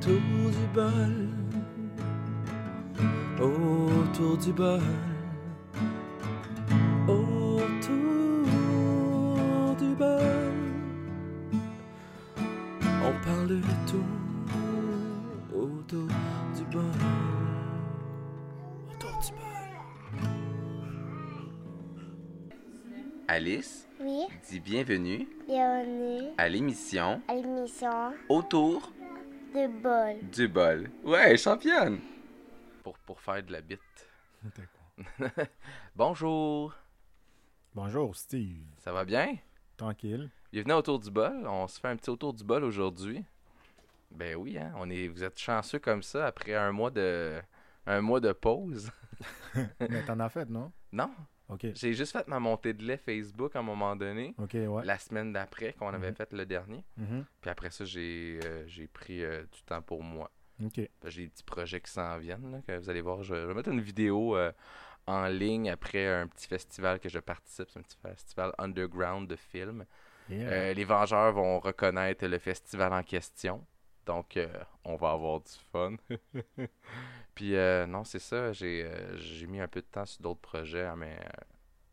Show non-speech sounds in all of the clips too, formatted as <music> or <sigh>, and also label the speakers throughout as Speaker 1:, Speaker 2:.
Speaker 1: autour du bol, autour du bol, autour du bol. On parle de tout autour du bol, autour du bol.
Speaker 2: Alice,
Speaker 3: Oui,
Speaker 2: dis bienvenue
Speaker 3: bienvenue
Speaker 2: à l'émission
Speaker 3: à l'émission
Speaker 2: Autour
Speaker 3: de bol.
Speaker 2: du bol. Ouais, championne! Pour, pour faire de la bite. Bonjour,
Speaker 4: Bonjour Steve.
Speaker 2: ça va bien?
Speaker 4: Tranquille.
Speaker 2: Bienvenue à Autour du bol. On se fait un petit Autour du bol aujourd'hui. Ben oui, hein, on est, vous êtes chanceux comme ça après un mois de, un mois de pause. <laughs>
Speaker 4: Mais t'en as fait, non?
Speaker 2: Non,
Speaker 4: Ok.
Speaker 2: j'ai juste fait ma montée de lait Facebook à un moment donné,
Speaker 4: Ok, ouais.
Speaker 2: la semaine d'après qu'on avait
Speaker 4: Mhm.
Speaker 2: fait le dernier.
Speaker 4: Mhm.
Speaker 2: Puis après ça, j'ai euh, j'ai pris euh, du temps pour moi.
Speaker 4: Ok.
Speaker 2: Parce que J'ai des petits projets qui s'en viennent, là, que vous allez voir. Je je vais mettre une vidéo euh, en ligne après un petit festival que je participe. C'est un petit festival underground de films.
Speaker 4: Yeah.
Speaker 2: Euh, les Vengeurs vont reconnaître le festival en question. Donc, euh, on va avoir du fun. <laughs> Puis, euh, non, c'est ça. J'ai euh, j'ai mis un peu de temps sur d'autres projets à, mes-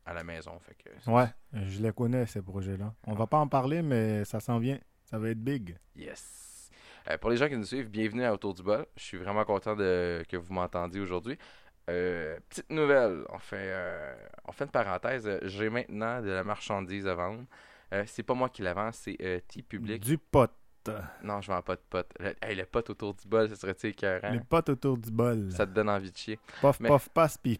Speaker 2: à la maison. Fait que,
Speaker 4: Ouais, je les connais, ces projets-là. On va pas en parler, mais ça s'en vient. Ça va être big.
Speaker 2: Yes. Euh, pour les gens qui nous suivent, bienvenue à Autour du bol. Je suis vraiment content de, que vous m'entendiez aujourd'hui. Euh, petite nouvelle, on fait, euh, on fait une parenthèse. Euh, J'ai maintenant de la marchandise à vendre. Euh, c'est pas moi qui la vends, c'est euh, T-Public.
Speaker 4: Du pot.
Speaker 2: Non, je vends pas de potes. Le, hey, le pote autour du bol, ce serait-tu écœurant?
Speaker 4: Les potes autour du bol.
Speaker 2: Hein? Ça te donne envie de chier.
Speaker 4: Pof,
Speaker 2: mais-
Speaker 4: pof, passe, puis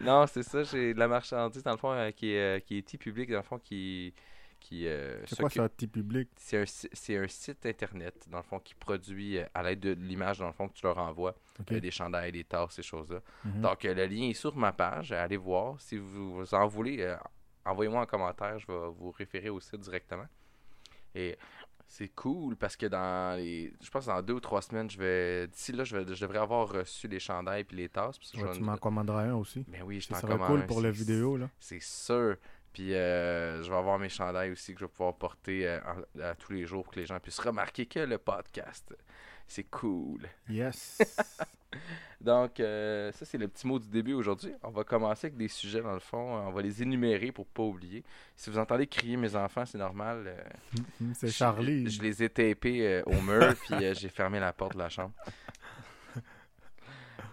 Speaker 2: non, c'est ça, j'ai de la marchandise, dans le fond, euh, qui est, euh, qui est T-Public, dans le fond, qui... qui euh,
Speaker 4: c'est quoi
Speaker 2: s'occupe-
Speaker 4: ça, petit public?
Speaker 2: C'est un, si- c'est un site internet, dans le fond, qui produit euh, à l'aide de l'image, dans le fond, que tu leur envoies.
Speaker 4: Ok.
Speaker 2: euh, des chandails, des tasses, ces choses-là.
Speaker 4: Mhm.
Speaker 2: Donc, euh, le lien est sur ma page. Allez voir. Si vous, vous en voulez, euh, envoyez-moi en commentaire. Je vais vous référer au site directement. Et c'est cool parce que dans les. Je pense que dans deux ou trois semaines, je vais. D'ici là, je, vais- je devrais avoir reçu les chandails puis les tasses. Puis ça, je
Speaker 4: Ouais,
Speaker 2: vais-
Speaker 4: tu m'en commanderas un aussi.
Speaker 2: Ben oui, je
Speaker 4: Ça
Speaker 2: t'en
Speaker 4: serait
Speaker 2: commande.
Speaker 4: cool
Speaker 2: un,
Speaker 4: pour la
Speaker 2: c'est-
Speaker 4: vidéo, là.
Speaker 2: C'est sûr. Puis euh, je vais avoir mes chandails aussi que je vais pouvoir porter euh, en- à tous les jours pour que les gens puissent remarquer que le podcast, c'est cool. <laughs>
Speaker 4: Yes.
Speaker 2: Donc, euh, ça, c'est le petit mot du début aujourd'hui. On va commencer avec des sujets, dans le fond. On va les énumérer pour pas oublier. Si vous entendez crier mes enfants, c'est normal. euh,
Speaker 4: Mhm, c'est
Speaker 2: je-
Speaker 4: Charlie.
Speaker 2: Je, les ai tapés euh, au mur, puis euh, j'ai fermé la porte de la chambre.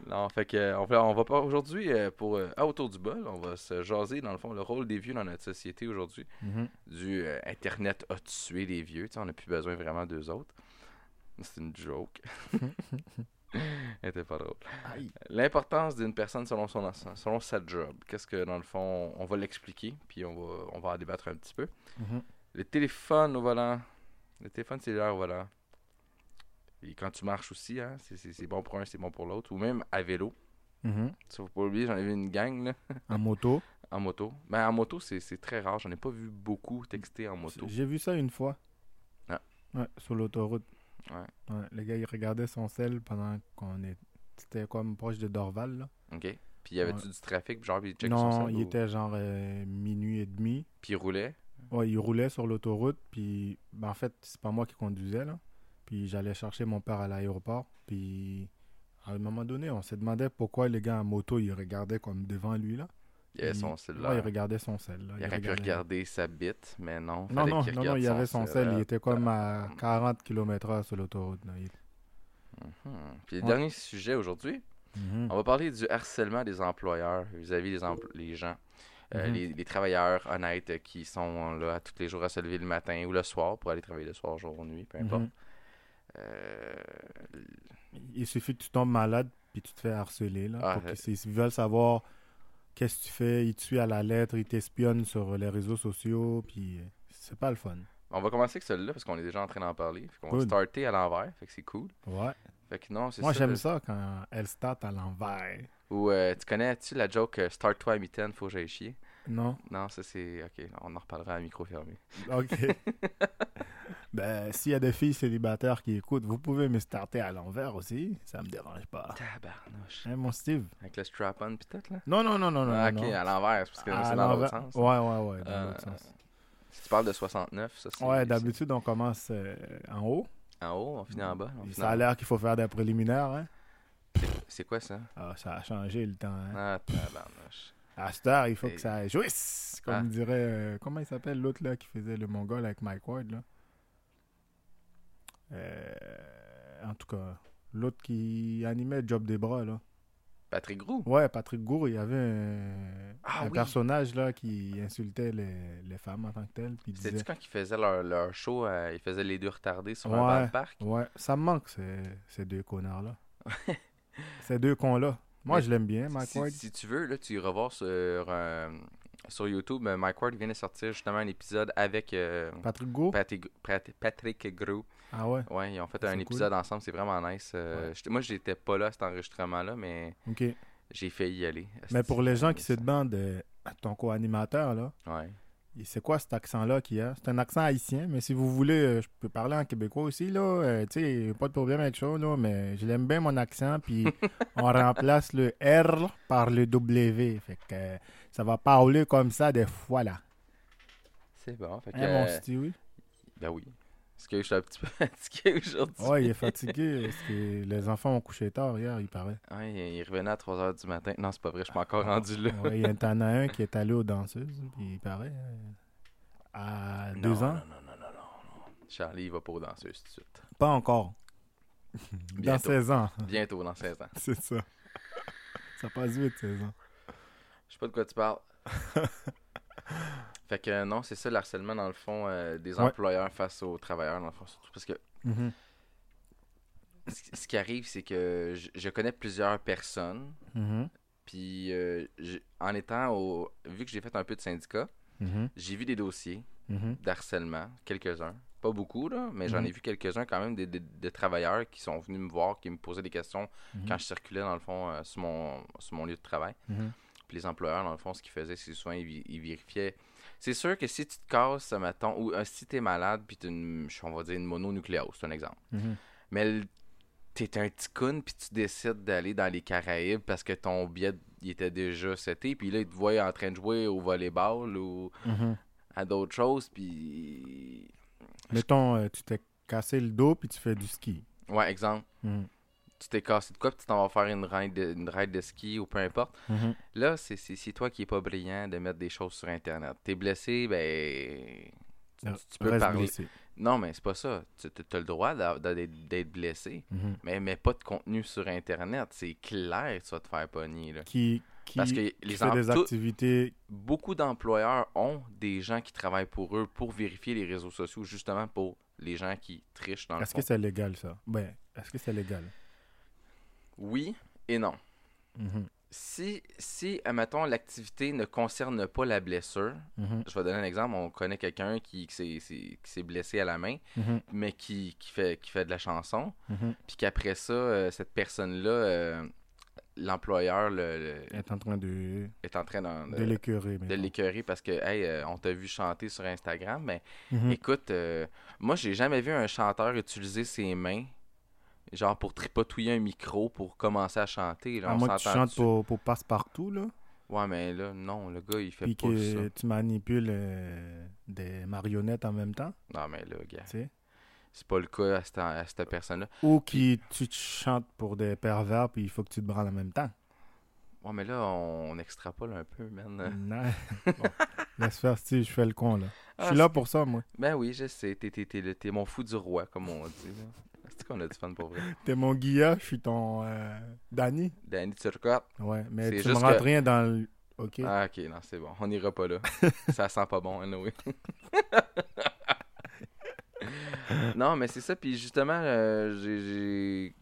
Speaker 2: Non, fait que, euh, on va, on va pas aujourd'hui euh, pour euh, à autour du bol, on va se jaser dans le fond le rôle des vieux dans notre société aujourd'hui.
Speaker 4: Mhm.
Speaker 2: Du euh, internet a tué les vieux, tu sais, on n'a plus besoin vraiment d'eux autres. C'est une joke. Elle était pas drôle.
Speaker 4: Aïe.
Speaker 2: L'importance d'une personne selon, son, selon sa job. Qu'est-ce que, dans le fond, on va l'expliquer, puis on va, on va en débattre un petit peu.
Speaker 4: Mhm.
Speaker 2: Le téléphone au volant. Le téléphone cellulaire au volant. Et quand tu marches aussi, hein, c'est- c'est c'est bon pour un, c'est bon pour l'autre. Ou même à vélo.
Speaker 4: Mhm.
Speaker 2: Ça, faut pas oublier, j'en ai vu une gang là,
Speaker 4: En moto.
Speaker 2: en moto. Mais en moto, c'est c'est très rare. J'en ai pas vu beaucoup texter en moto.
Speaker 4: J'ai vu ça une fois.
Speaker 2: Ah.
Speaker 4: Ouais, sur l'autoroute.
Speaker 2: Ouais.
Speaker 4: Ouais, Le gars, il regardait son sel pendant qu'on est... C'était comme proche de Dorval, là.
Speaker 2: OK? Puis y avait-tu du trafic? Genre, il checkait son
Speaker 4: non,
Speaker 2: sel
Speaker 4: il
Speaker 2: ou-
Speaker 4: était genre euh, minuit et demi.
Speaker 2: Puis il roulait.
Speaker 4: Ouais, il roulait sur l'autoroute, puis ben, en fait, c'est pas moi qui conduisais, là. Puis j'allais chercher mon père à l'aéroport, puis à un moment donné, on se demandait pourquoi les gars en moto, ils regardaient comme devant lui, là.
Speaker 2: Il avait
Speaker 4: Puis-
Speaker 2: son
Speaker 4: Ouais,
Speaker 2: cellulaire.
Speaker 4: il regardait son sel, là.
Speaker 2: il aurait pu
Speaker 4: regardait-
Speaker 2: regarder sa bite, mais non.
Speaker 4: Non,
Speaker 2: fallait
Speaker 4: non,
Speaker 2: qu'il
Speaker 4: non, non,
Speaker 2: regarde
Speaker 4: il avait son sel, il était comme à
Speaker 2: euh,
Speaker 4: 40 km/h sur l'autoroute, là. Il-
Speaker 2: Mhm. Puis le
Speaker 4: Ouais.
Speaker 2: dernier sujet aujourd'hui,
Speaker 4: Mhm.
Speaker 2: On va parler du harcèlement des employeurs vis-à-vis des empl- les gens. Euh,
Speaker 4: Mhm.
Speaker 2: les, les travailleurs honnêtes euh, qui sont là à tous les jours à se lever le matin ou le soir pour aller travailler le soir, jour ou nuit, peu importe.
Speaker 4: Mhm.
Speaker 2: Euh,
Speaker 4: Il suffit que tu tombes malade, puis tu te fais harceler, là.
Speaker 2: Ah,
Speaker 4: pour
Speaker 2: euh.
Speaker 4: qu'ils s'ils veulent savoir qu'est-ce que tu fais, ils te suivent à la lettre, ils t'espionnent sur les réseaux sociaux, puis euh, c'est pas le fun.
Speaker 2: on va commencer avec celui-là parce qu'on est déjà en train d'en parler. Fait qu'on va
Speaker 4: Cool.
Speaker 2: starter à l'envers, fait que c'est cool.
Speaker 4: Ouais.
Speaker 2: Fait que non, c'est
Speaker 4: Moi,
Speaker 2: ça,
Speaker 4: j'aime
Speaker 2: le-
Speaker 4: ça quand elle start à l'envers.
Speaker 2: Ou euh, tu connais-tu la joke euh, Start-toi à mitaine, faut que j'aille chier
Speaker 4: Non?
Speaker 2: Non, ça c'est. Ok, on en reparlera à micro fermé. <laughs>
Speaker 4: OK. ben, s'il y a des filles célibataires qui écoutent, vous pouvez me starter à l'envers aussi. Ça me dérange pas.
Speaker 2: Tabarnouche.
Speaker 4: Hein, mon Steve?
Speaker 2: Avec le strap-on pis tout là
Speaker 4: Non, non, non, non, non.
Speaker 2: Ah,
Speaker 4: non.
Speaker 2: Ok, à l'envers, c'est parce que
Speaker 4: À
Speaker 2: c'est dans l'autre
Speaker 4: l'envers.
Speaker 2: sens.
Speaker 4: Ouais, ouais, ouais, dans
Speaker 2: Euh,
Speaker 4: l'autre sens.
Speaker 2: Tu parles de 69, ça c'est.
Speaker 4: Ouais,
Speaker 2: c'est-
Speaker 4: d'habitude, on commence euh, en haut.
Speaker 2: En haut, on finit en bas. on finit
Speaker 4: Ça
Speaker 2: en
Speaker 4: a
Speaker 2: bas.
Speaker 4: l'air qu'il faut faire des préliminaires. Hein?
Speaker 2: C'est- C'est quoi ça?
Speaker 4: Ah, ça a changé le temps. Hein?
Speaker 2: Ah, tabarnouche.
Speaker 4: À cette heure, il faut
Speaker 2: Et-
Speaker 4: que ça jouisse. Comme
Speaker 2: Ah.
Speaker 4: dirait. euh, comment il s'appelle l'autre là qui faisait le mongol avec Mike Ward là Euh, En tout cas, l'autre qui animait Job des bras là.
Speaker 2: Patrick Groux?
Speaker 4: Ouais, Patrick Gour, il y avait un,
Speaker 2: Ah
Speaker 4: un
Speaker 2: oui.
Speaker 4: personnage là qui insultait les, les femmes en tant que telles. Puis il
Speaker 2: C'était-tu
Speaker 4: disait.
Speaker 2: quand ils faisaient leur, leur show, euh, ils faisaient les deux retardés sur
Speaker 4: Ouais.
Speaker 2: un banc de parc?
Speaker 4: Ouais, ça me manque ces, ces deux connards
Speaker 2: <laughs>
Speaker 4: là. ces deux cons là. Moi,
Speaker 2: Mais
Speaker 4: je l'aime bien, Mike
Speaker 2: Si,
Speaker 4: Ward.
Speaker 2: si tu veux, là, tu iras voir sur, euh, sur YouTube, euh, Mike Ward vient de sortir justement un épisode avec euh,
Speaker 4: Patrick Gour.
Speaker 2: Patrick, Pat- Patrick Gros.
Speaker 4: Ah ouais.
Speaker 2: Ouais, ils ont fait
Speaker 4: C'est
Speaker 2: un
Speaker 4: cool.
Speaker 2: épisode ensemble, c'est vraiment nice. Euh, j'étais- Moi, j'étais pas là à cet enregistrement-là, mais
Speaker 4: Ok.
Speaker 2: j'ai failli y aller.
Speaker 4: Mais
Speaker 2: Esti,
Speaker 4: pour les
Speaker 2: c'est
Speaker 4: gens qui se
Speaker 2: ça.
Speaker 4: demandent, euh, ton co-animateur, là,
Speaker 2: Ouais.
Speaker 4: il- c'est quoi cet accent-là qu'il y a? C'est un accent haïtien, mais si vous voulez, euh, je peux parler en québécois aussi, là. euh, tu sais, pas de problème avec ça, là, mais je l'aime bien, mon
Speaker 2: <laughs>
Speaker 4: accent, puis on remplace le R par le W. Fait que euh, ça va parler comme ça des fois, là.
Speaker 2: C'est bon. Fait que,
Speaker 4: Hein, mon
Speaker 2: euh,
Speaker 4: Stewie?
Speaker 2: ben oui. Parce que je suis un petit peu <laughs> fatigué aujourd'hui.
Speaker 4: Ouais, il est fatigué, parce que les enfants ont couché tard hier, il paraît.
Speaker 2: Ouais, il revenait à 3h du matin. Non, c'est pas vrai, je suis pas encore rendu là.
Speaker 4: Ouais, il y en a un qui est allé aux danseuses, puis il paraît, euh, à
Speaker 2: Non,
Speaker 4: <laughs> deux
Speaker 2: Non,
Speaker 4: ans.
Speaker 2: non, non, non, non, non. Charlie, il va pas aux danseuses tout de suite. <laughs>
Speaker 4: Pas encore. Dans
Speaker 2: Bientôt.
Speaker 4: 16 ans. <laughs>
Speaker 2: Bientôt, dans 16 ans.
Speaker 4: C'est ça. Ça passe vite, 16 ans.
Speaker 2: Je sais pas de quoi tu
Speaker 4: <laughs>
Speaker 2: parles. fait que euh, non, c'est ça le harcèlement, dans le fond, euh, des
Speaker 4: Ouais. Mm-hmm.
Speaker 2: employeurs face aux travailleurs, dans le fond, surtout. Parce que c- ce qui arrive, c'est que je, je connais plusieurs personnes.
Speaker 4: Mhm,
Speaker 2: Puis, euh, je- en étant au. Vu que j'ai fait un peu de syndicat,
Speaker 4: mhm,
Speaker 2: j'ai vu des dossiers d'harcèlement, quelques-uns. Pas beaucoup, là, mais j'en ai
Speaker 4: Mhm.
Speaker 2: vu quelques-uns quand même, des, des- des travailleurs qui sont venus me voir, qui me posaient des questions quand je circulais, dans le fond, euh, sur, mon, sur mon lieu de travail. Puis les employeurs, dans le fond, ce qu'ils faisaient, c'est que souvent, ils, vi- ils vérifiaient. C'est sûr que si tu te casses, mettons, ou euh, si t'es malade, puis t'as une, je- on va dire, une mononucléose, c'est un exemple. Mais le- t'es un petit coon, puis tu décides d'aller dans les Caraïbes parce que ton billet, il était déjà seté, puis là, ils te voient en train de jouer au volleyball ou
Speaker 4: mhm.
Speaker 2: à d'autres choses, puis...
Speaker 4: Mettons, euh, tu t'es cassé le dos, puis tu fais du ski. Mhm,
Speaker 2: Ouais, exemple, tu t'es cassé de quoi, puis tu t'en vas faire une ride de, une ride de ski ou peu importe.
Speaker 4: mhm.
Speaker 2: Là, c'est- c'est c'est toi qui es pas brillant de mettre des choses sur Internet. T'es blessé, ben... Tu, tu peux
Speaker 4: Euh, Reste
Speaker 2: parler.
Speaker 4: blessé.
Speaker 2: Non, mais c'est pas ça. Tu as le droit d'a- d'a- d'être d'être blessé.
Speaker 4: Mhm.
Speaker 2: Mais mais pas de contenu sur Internet. C'est clair que tu vas te faire pogner. Là.
Speaker 4: Qui, qui,
Speaker 2: Parce que
Speaker 4: qui
Speaker 2: les
Speaker 4: fait
Speaker 2: em-
Speaker 4: des
Speaker 2: tout-
Speaker 4: activités...
Speaker 2: beaucoup d'employeurs ont des gens qui travaillent pour eux pour vérifier les réseaux sociaux, justement pour les gens qui trichent dans le
Speaker 4: Est-ce
Speaker 2: fond.
Speaker 4: que c'est légal, ça? Ben, est-ce que c'est légal?
Speaker 2: Oui et non.
Speaker 4: Mhm.
Speaker 2: Si, si, admettons, l'activité ne concerne pas la blessure,
Speaker 4: Mhm.
Speaker 2: je vais donner un exemple, on connaît quelqu'un qui, qui s'est- s'est qui s'est blessé à la main,
Speaker 4: Mhm.
Speaker 2: mais qui, qui fait, qui fait de la chanson,
Speaker 4: Mhm.
Speaker 2: puis qu'après ça, euh, cette personne-là, euh, l'employeur le- le-
Speaker 4: est en train de,
Speaker 2: est en train d'en-
Speaker 4: de l'écœurer.
Speaker 2: de
Speaker 4: mettons.
Speaker 2: l'écœurer parce que, hey, euh, on t'a vu chanter sur Instagram, mais
Speaker 4: Mhm.
Speaker 2: écoute, euh, moi, j'ai jamais vu un chanteur utiliser ses mains, genre pour tripatouiller un micro pour commencer à chanter. Là,
Speaker 4: À
Speaker 2: on
Speaker 4: moins que Ah, tu
Speaker 2: s'entend
Speaker 4: chantes pour, pour passe-partout, là.
Speaker 2: Ouais, mais là, non, le gars, il fait
Speaker 4: puis
Speaker 2: pas
Speaker 4: que tu manipules euh, des marionnettes en même temps,
Speaker 2: ça. Non, mais là, gars,
Speaker 4: tu sais.
Speaker 2: c'est pas le cas à cette, à cette personne-là.
Speaker 4: Ou qui tu te chantes pour des pervers, puis il faut que tu te branles en même temps.
Speaker 2: Ouais, mais là, on, extrapole un peu, man.
Speaker 4: Non. <laughs> Bon, Laisse faire, si je fais le con, là. Je
Speaker 2: Ah,
Speaker 4: suis là pour ça, moi.
Speaker 2: Ben oui, je sais, t'es, t'es- t'es le- t'es mon fou du roi, comme on dit. là. C'est qu'on a du fun pour vrai.
Speaker 4: T'es mon Guilla, je suis ton euh, Danny.
Speaker 2: Danny Turcotte.
Speaker 4: Ouais, mais
Speaker 2: C'est
Speaker 4: tu me
Speaker 2: juste
Speaker 4: rentres
Speaker 2: que-
Speaker 4: rien dans le... OK.
Speaker 2: Ah, ok, non, c'est bon. On n'ira pas là. ça sent pas bon, anyway. non, mais c'est ça. Puis justement, euh, j'ai, j'ai-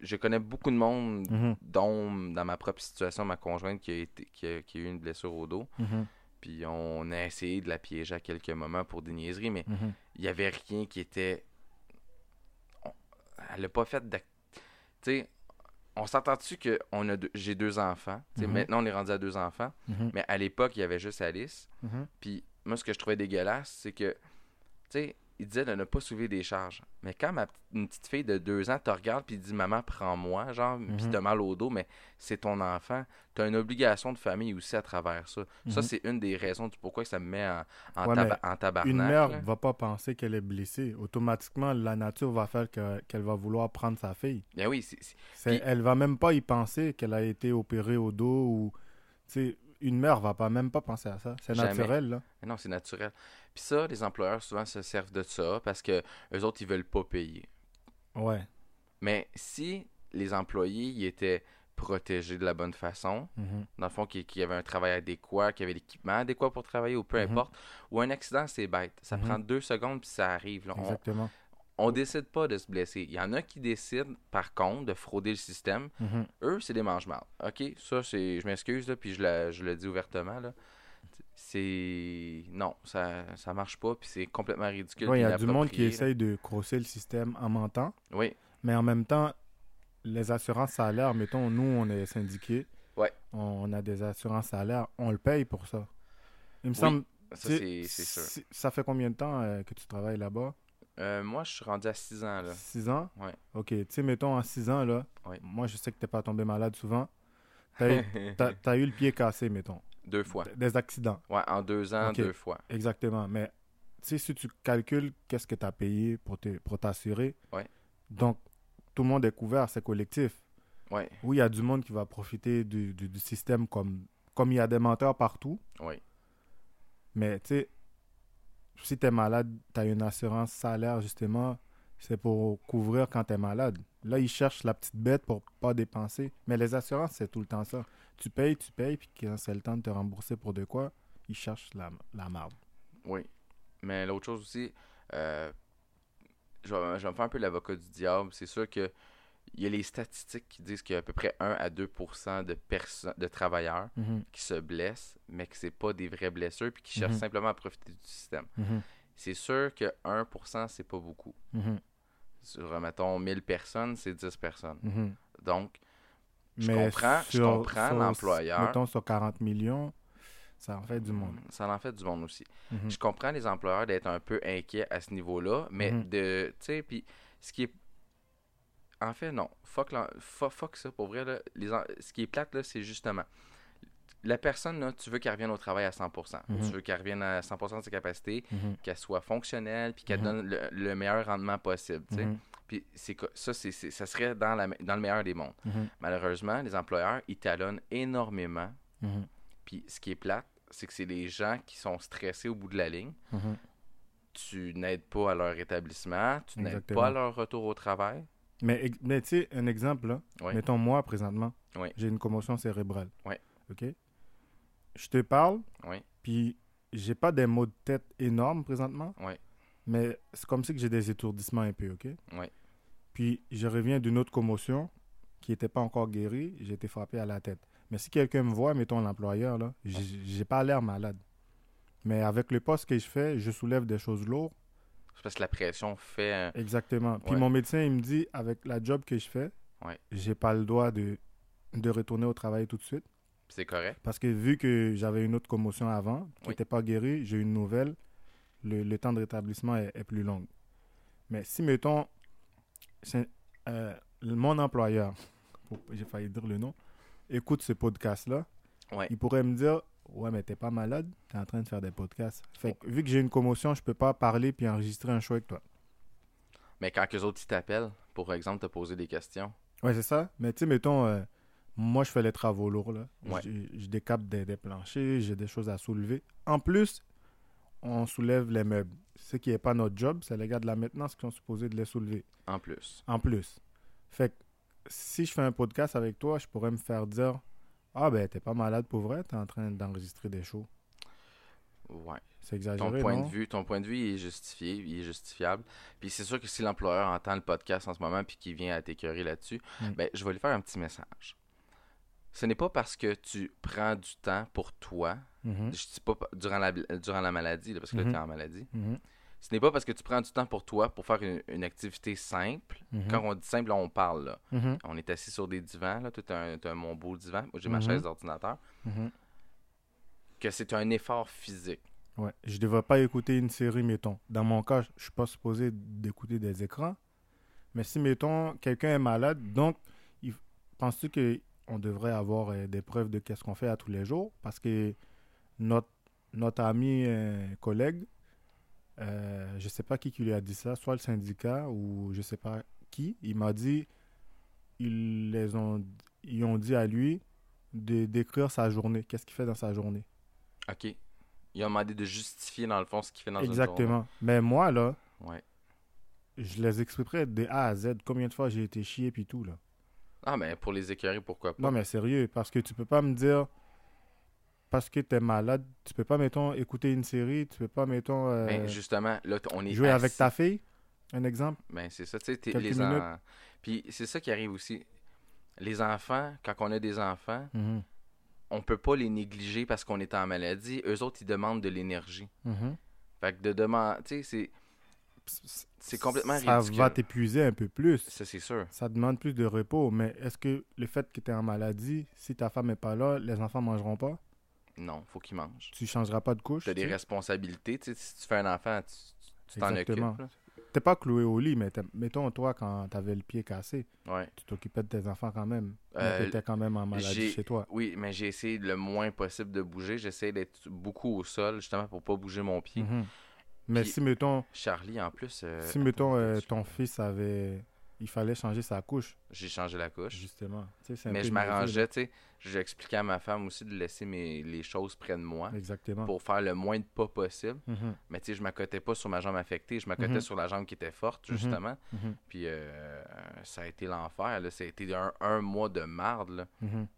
Speaker 2: je connais beaucoup de monde,
Speaker 4: Mhm,
Speaker 2: dont dans ma propre situation, ma conjointe qui a, été, qui a, qui a eu une blessure au dos.
Speaker 4: mhm,
Speaker 2: Puis on a essayé de la piéger à quelques moments pour des niaiseries, mais
Speaker 4: mhm.
Speaker 2: il n'y avait rien qui était. on- Elle n'a pas fait d'act. Tu sais, on s'entend-tu que on a deux- j'ai deux enfants? Tu sais,
Speaker 4: Mhm.
Speaker 2: Maintenant, on est rendu à deux enfants,
Speaker 4: Mhm.
Speaker 2: mais à l'époque, il y avait juste Alice.
Speaker 4: Mhm.
Speaker 2: Puis moi, ce que je trouvais dégueulasse, c'est que, tu sais, il disait de ne pas soulever des charges. Mais quand ma, p- une petite fille de deux ans te regarde puis dit Maman, prends-moi, genre, puis
Speaker 4: Mhm.
Speaker 2: t'as mal au dos, mais c'est ton enfant, t'as une obligation de famille aussi à travers ça. Ça,
Speaker 4: Mhm.
Speaker 2: c'est une des raisons du pourquoi que ça me met en, en,
Speaker 4: Ouais,
Speaker 2: taba- en tabarnak.
Speaker 4: Une
Speaker 2: là.
Speaker 4: mère va pas penser qu'elle est blessée. Automatiquement, la nature va faire que- qu'elle va vouloir prendre sa fille.
Speaker 2: Ben oui, c'est- c'est-
Speaker 4: C'est,
Speaker 2: Puis-
Speaker 4: Elle va même pas y penser qu'elle a été opérée au dos ou... tu sais, Une mère va pas même pas penser à ça. C'est
Speaker 2: Jamais.
Speaker 4: naturel, là.
Speaker 2: mais non, c'est naturel. Puis ça, les employeurs souvent se servent de ça parce que eux autres, ils veulent pas payer.
Speaker 4: Ouais.
Speaker 2: Mais si les employés ils étaient protégés de la bonne façon,
Speaker 4: Mhm.
Speaker 2: dans le fond, qui, qui avait un travail adéquat, qui avait l'équipement adéquat pour travailler ou peu
Speaker 4: Mhm.
Speaker 2: importe, ou un accident, c'est bête. Ça
Speaker 4: Mhm.
Speaker 2: prend deux secondes puis ça arrive. là. On,
Speaker 4: Exactement.
Speaker 2: on décide pas de se blesser. Il y en a qui décident, par contre, de frauder le système.
Speaker 4: Mhm.
Speaker 2: Eux, c'est des mange OK, ça, c'est. Je m'excuse, là, puis je, la- je le dis ouvertement, là. C'est. Non, ça, ça marche pas, puis c'est complètement ridicule.
Speaker 4: Ouais, il y
Speaker 2: puis
Speaker 4: a du monde qui
Speaker 2: inapproprié, là.
Speaker 4: essaye de crosser le système en mentant,
Speaker 2: Oui,
Speaker 4: mais en même temps, les assurances salaires, mettons, nous, on est syndiqués.
Speaker 2: Ouais.
Speaker 4: On, on a des assurances salaires, on le paye pour ça. Il me semble.
Speaker 2: ça,
Speaker 4: tu
Speaker 2: c'est
Speaker 4: sais,
Speaker 2: c'est sûr.
Speaker 4: si- Ça fait combien de temps euh, que tu travailles là-bas
Speaker 2: Euh, moi, je suis rendu à 6 ans, là.
Speaker 4: 6 ans
Speaker 2: Ouais.
Speaker 4: Ok, tu sais, mettons, en 6 ans, là,
Speaker 2: Ouais.
Speaker 4: moi, je sais que t'es pas tombé malade souvent. T'as
Speaker 2: <laughs>
Speaker 4: eu, t'as- t'as eu le pied cassé, mettons.
Speaker 2: Deux fois.
Speaker 4: Des accidents.
Speaker 2: Ouais, en deux ans,
Speaker 4: Ok.
Speaker 2: deux fois.
Speaker 4: Exactement. Mais tu sais, si tu calcules qu'est-ce que tu as payé pour te- pour t'assurer,
Speaker 2: Ouais.
Speaker 4: donc tout le monde est couvert, c'est collectif.
Speaker 2: Ouais,
Speaker 4: Oui, il y a du monde qui va profiter du, du- du système comme, comme il y a des menteurs partout,
Speaker 2: ouais.
Speaker 4: mais tu sais, si tu es malade, tu as une assurance salaire justement, c'est pour couvrir quand tu es malade. Là, ils cherchent la petite bête pour pas dépenser. Mais les assurances, c'est tout le temps ça. Tu payes, tu payes, puis quand c'est le temps de te rembourser pour de quoi, ils cherchent la, la marde.
Speaker 2: Oui. Mais l'autre chose aussi, euh, je, vais, je vais me faire un peu l'avocat du diable. C'est sûr que il y a les statistiques qui disent qu'il y a à peu près 1 à 2 de personnes de travailleurs
Speaker 4: Mhm,
Speaker 2: qui se blessent, mais que c'est pas des vraies blessures puis qui
Speaker 4: Mhm.
Speaker 2: cherchent simplement à profiter du système.
Speaker 4: mhm,
Speaker 2: C'est sûr que 1 c'est pas beaucoup.
Speaker 4: mhm,
Speaker 2: Sur, mettons, 1000 personnes, c'est 10 personnes.
Speaker 4: mhm.
Speaker 2: Donc, mm-hmm. Je comprends- je comprends l'employeur.
Speaker 4: Mettons sur 40 millions, ça en fait du monde.
Speaker 2: ça en fait du monde aussi.
Speaker 4: Mhm.
Speaker 2: Je comprends les employeurs d'être un peu inquiets à ce niveau-là, mais
Speaker 4: Mhm.
Speaker 2: de. Tu sais, puis ce qui est. En fait, non. Fuck, l'en- fu- fuck ça. Pour vrai, là, les en- ce qui est plate, là, c'est justement. La personne, là, tu veux qu'elle revienne au travail à 100%.
Speaker 4: Mhm.
Speaker 2: Tu veux qu'elle revienne à 100% de ses capacités,
Speaker 4: Mhm,
Speaker 2: qu'elle soit fonctionnelle, puis qu'elle
Speaker 4: Mhm.
Speaker 2: donne le, le meilleur rendement possible. tu sais.
Speaker 4: mhm,
Speaker 2: Puis c'est co- ça, c'est, c'est- ça serait dans, la, me- dans le meilleur des mondes.
Speaker 4: mhm,
Speaker 2: Malheureusement, les employeurs, ils talonnent énormément.
Speaker 4: mhm,
Speaker 2: Puis ce qui est plate, c'est que c'est les gens qui sont stressés au bout de la ligne
Speaker 4: mhm.
Speaker 2: tu n'aides pas à leur établissement, tu n'aides
Speaker 4: Exactement.
Speaker 2: pas à leur retour au travail.
Speaker 4: Mais, ex- mais tu sais, un exemple, là.
Speaker 2: Oui.
Speaker 4: mettons moi présentement,
Speaker 2: Oui.
Speaker 4: j'ai une commotion cérébrale.
Speaker 2: Oui.
Speaker 4: OK? Je te parle,
Speaker 2: Oui.
Speaker 4: puis j'ai pas des maux de tête énormes présentement,
Speaker 2: Oui.
Speaker 4: mais c'est comme si que j'ai des étourdissements un peu, OK?
Speaker 2: Oui.
Speaker 4: Puis je reviens d'une autre commotion qui n'était pas encore guérie, j'ai été frappé à la tête. Mais si quelqu'un me voit, mettons l'employeur, là, j'ai j'ai pas l'air malade. Mais avec le poste que je fais, je soulève des choses lourdes.
Speaker 2: C'est parce que la pression fait. un-
Speaker 4: Exactement. Puis
Speaker 2: Ouais.
Speaker 4: mon médecin, il me dit, avec la job que je fais,
Speaker 2: Ouais.
Speaker 4: j'ai pas le droit de, de retourner au travail tout de suite.
Speaker 2: C'est correct.
Speaker 4: Parce que vu que j'avais une autre commotion avant, qui
Speaker 2: Oui.
Speaker 4: n'était pas guérie, j'ai une nouvelle, le, le temps de rétablissement est, est plus long. Mais si, mettons, c'est- euh, mon employeur, oh, j'ai failli dire le nom, écoute ce podcast-là,
Speaker 2: Ouais.
Speaker 4: il pourrait me dire Ouais, mais t'es pas malade, t'es en train de faire des podcasts. Fait
Speaker 2: Oh.
Speaker 4: que, vu que j'ai une commotion, je peux pas parler puis enregistrer un show avec toi.
Speaker 2: Mais quand les autres ils t'appellent, pour exemple, te poser des questions.
Speaker 4: Ouais, c'est ça. Mais tu sais, mettons, euh, moi, je fais les travaux lourds, là.
Speaker 2: Ouais.
Speaker 4: Je, je décape des, des planchers, j'ai des choses à soulever. En plus, on soulève les meubles. Ce qui n'est pas notre job, c'est les gars de la maintenance qui sont supposés de les soulever.
Speaker 2: En plus.
Speaker 4: En plus. Fait que si je fais un podcast avec toi, je pourrais me faire dire Ah, ben, t'es pas malade pour vrai, t'es en train d'enregistrer des shows.
Speaker 2: Ouais.
Speaker 4: C'est
Speaker 2: Ton
Speaker 4: exagéré.
Speaker 2: point
Speaker 4: non?
Speaker 2: de vue, ton point de vue il est justifié, il est justifiable. Puis c'est sûr que si l'employeur entend le podcast en ce moment puis qu'il vient à t'écœurer là-dessus,
Speaker 4: Mm.
Speaker 2: ben je vais lui faire un petit message. Ce n'est pas parce que tu prends du temps pour toi,
Speaker 4: Mhm,
Speaker 2: je dis pas pa- durant la, durant la maladie, là, parce que là,
Speaker 4: Mhm.
Speaker 2: t'es en maladie.
Speaker 4: mhm,
Speaker 2: Ce n'est pas parce que tu prends du temps pour toi pour faire une, une activité simple.
Speaker 4: mhm,
Speaker 2: Quand on dit simple, on parle. Là.
Speaker 4: mhm,
Speaker 2: On est assis sur des divans. Là. Toi, t'as un, t'as mon beau divan. Moi, j'ai ma
Speaker 4: Mhm.
Speaker 2: chaise d'ordinateur.
Speaker 4: mhm.
Speaker 2: Que c'est un effort physique.
Speaker 4: Ouais, je devrais pas écouter une série, mettons. Dans mon cas, je je suis pas supposé d'écouter des écrans. Mais si, mettons, quelqu'un est malade, donc, il... penses-tu qu'on devrait avoir euh, des preuves de qu'est-ce qu'on fait à tous les jours? Parce que notre, notre ami, euh, collègue, euh, je sais pas qui, qui lui a dit ça, soit le syndicat ou je sais pas qui, il m'a dit, ils, les ont, ils ont dit à lui de décrire sa journée, qu'est-ce qu'il fait dans sa journée.
Speaker 2: OK. Ils ont demandé de justifier, dans le fond, ce qu'il fait dans une
Speaker 4: Exactement. Mais moi, là,
Speaker 2: journée. Ouais.
Speaker 4: je les expliquerai de A à Z combien de fois j'ai été chié puis tout, là.
Speaker 2: Ah, mais pour les écœurer, pourquoi pas?
Speaker 4: Non, mais sérieux, parce que tu peux pas me dire... Parce que t'es malade, tu peux pas, mettons, écouter une série, tu peux pas, mettons, euh,
Speaker 2: Mais Ben, justement, là, t- on est
Speaker 4: jouer avec
Speaker 2: assis.
Speaker 4: ta fille, un exemple.
Speaker 2: Ben, c'est ça, tu sais, t'es-
Speaker 4: Quelques
Speaker 2: les en-
Speaker 4: minutes.
Speaker 2: Puis c'est ça qui arrive aussi. Les enfants, quand on a des enfants,
Speaker 4: Mhm,
Speaker 2: on peut pas les négliger parce qu'on est en maladie. Eux autres, ils demandent de l'énergie.
Speaker 4: mhm.
Speaker 2: Fait que de demander, tu sais, c'est- c'est complètement
Speaker 4: Ça
Speaker 2: ridicule.
Speaker 4: va t'épuiser un peu plus.
Speaker 2: Ça, c'est sûr.
Speaker 4: Ça demande plus de repos, mais est-ce que le fait que tu es en maladie, si ta femme n'est pas là, les enfants mangeront pas,
Speaker 2: Non, faut qu'ils mangent.
Speaker 4: tu changeras pas de couche.
Speaker 2: Tu as des
Speaker 4: tu sais?
Speaker 2: responsabilités. tu sais, si tu fais un enfant, tu- tu tu t'en occupes.
Speaker 4: Exactement.
Speaker 2: là.
Speaker 4: T'es pas cloué au lit, mais t'es- mettons toi quand t'avais le pied cassé,
Speaker 2: Ouais.
Speaker 4: tu t'occupais de tes enfants quand même.
Speaker 2: Euh,
Speaker 4: mais t'étais quand même en maladie
Speaker 2: j'ai-
Speaker 4: chez toi.
Speaker 2: Oui, mais j'ai essayé le moins possible de bouger. J'essaie d'être beaucoup au sol, justement, pour pas bouger mon pied.
Speaker 4: Mhm. Mais
Speaker 2: Puis-
Speaker 4: si mettons,
Speaker 2: Charlie, en plus, euh,
Speaker 4: si mettons
Speaker 2: attends,
Speaker 4: euh,
Speaker 2: tu-
Speaker 4: ton fils avait, il fallait changer sa couche
Speaker 2: j'ai changé la couche.
Speaker 4: justement. Tu sais, c'est un
Speaker 2: Mais
Speaker 4: peu
Speaker 2: je
Speaker 4: une mesure,
Speaker 2: m'arrangeais, tu sais. J'expliquais à ma femme aussi de laisser mes, les choses près de moi
Speaker 4: là. Exactement.
Speaker 2: pour faire le moins de pas possible.
Speaker 4: Mhm,
Speaker 2: Mais tu sais, je m'accotais pas sur ma jambe affectée, je m'accotais
Speaker 4: Mhm.
Speaker 2: sur la jambe qui était forte,
Speaker 4: Mhm.
Speaker 2: justement.
Speaker 4: mhm,
Speaker 2: Puis euh, ça a été l'enfer, là. Ça a été un, un mois de marde, là.
Speaker 4: mhm.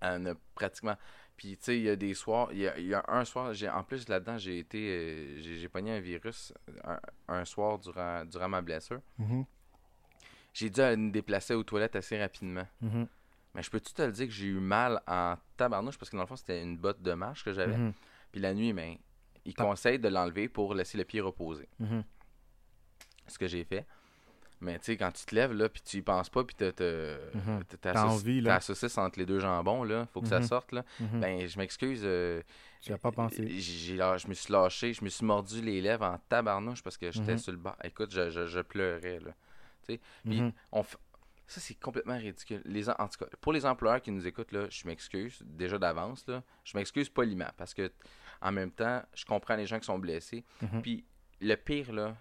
Speaker 2: à ne pratiquement. Puis, tu sais, il y a des soirs, il y a, il y a un soir, j'ai en plus là-dedans, j'ai été, euh, j'ai j'ai pogné un virus un, un soir durant, durant ma blessure.
Speaker 4: Mhm,
Speaker 2: J'ai dû aller me déplacer aux toilettes assez rapidement.
Speaker 4: mhm,
Speaker 2: Mais je peux-tu te le dire que j'ai eu mal en tabarnouche parce que dans le fond, c'était une botte de marche que j'avais.
Speaker 4: mhm,
Speaker 2: Puis la nuit, ben, ils
Speaker 4: Ta-
Speaker 2: conseillent de l'enlever pour laisser le pied reposer.
Speaker 4: mhm.
Speaker 2: Ce que j'ai fait. Mais tu sais, quand tu te lèves, là, puis tu y penses pas, puis t'as t'as-
Speaker 4: Mhm.
Speaker 2: t'as ta
Speaker 4: T'as
Speaker 2: sauc-
Speaker 4: envie, là.
Speaker 2: ta saucisse entre les deux jambons, là, faut que ça
Speaker 4: Mhm.
Speaker 2: sorte, là.
Speaker 4: Mhm.
Speaker 2: Ben, je m'excuse, euh,
Speaker 4: tu n'y as pas pensé.
Speaker 2: J'ai- j'ai lâ- je me suis lâché, je me suis mordu les lèvres en tabarnouche parce que j'étais
Speaker 4: Mhm.
Speaker 2: sur le bas. Écoute, je, je- je pleurais. Là. Puis,
Speaker 4: Mhm,
Speaker 2: on f- Ça, c'est complètement ridicule. Les, en en tout cas, pour les employeurs qui nous écoutent, là, je m'excuse déjà d'avance. là. Je m'excuse poliment parce que, en même temps, je comprends les gens qui sont blessés.
Speaker 4: Mhm.
Speaker 2: Puis, le pire là,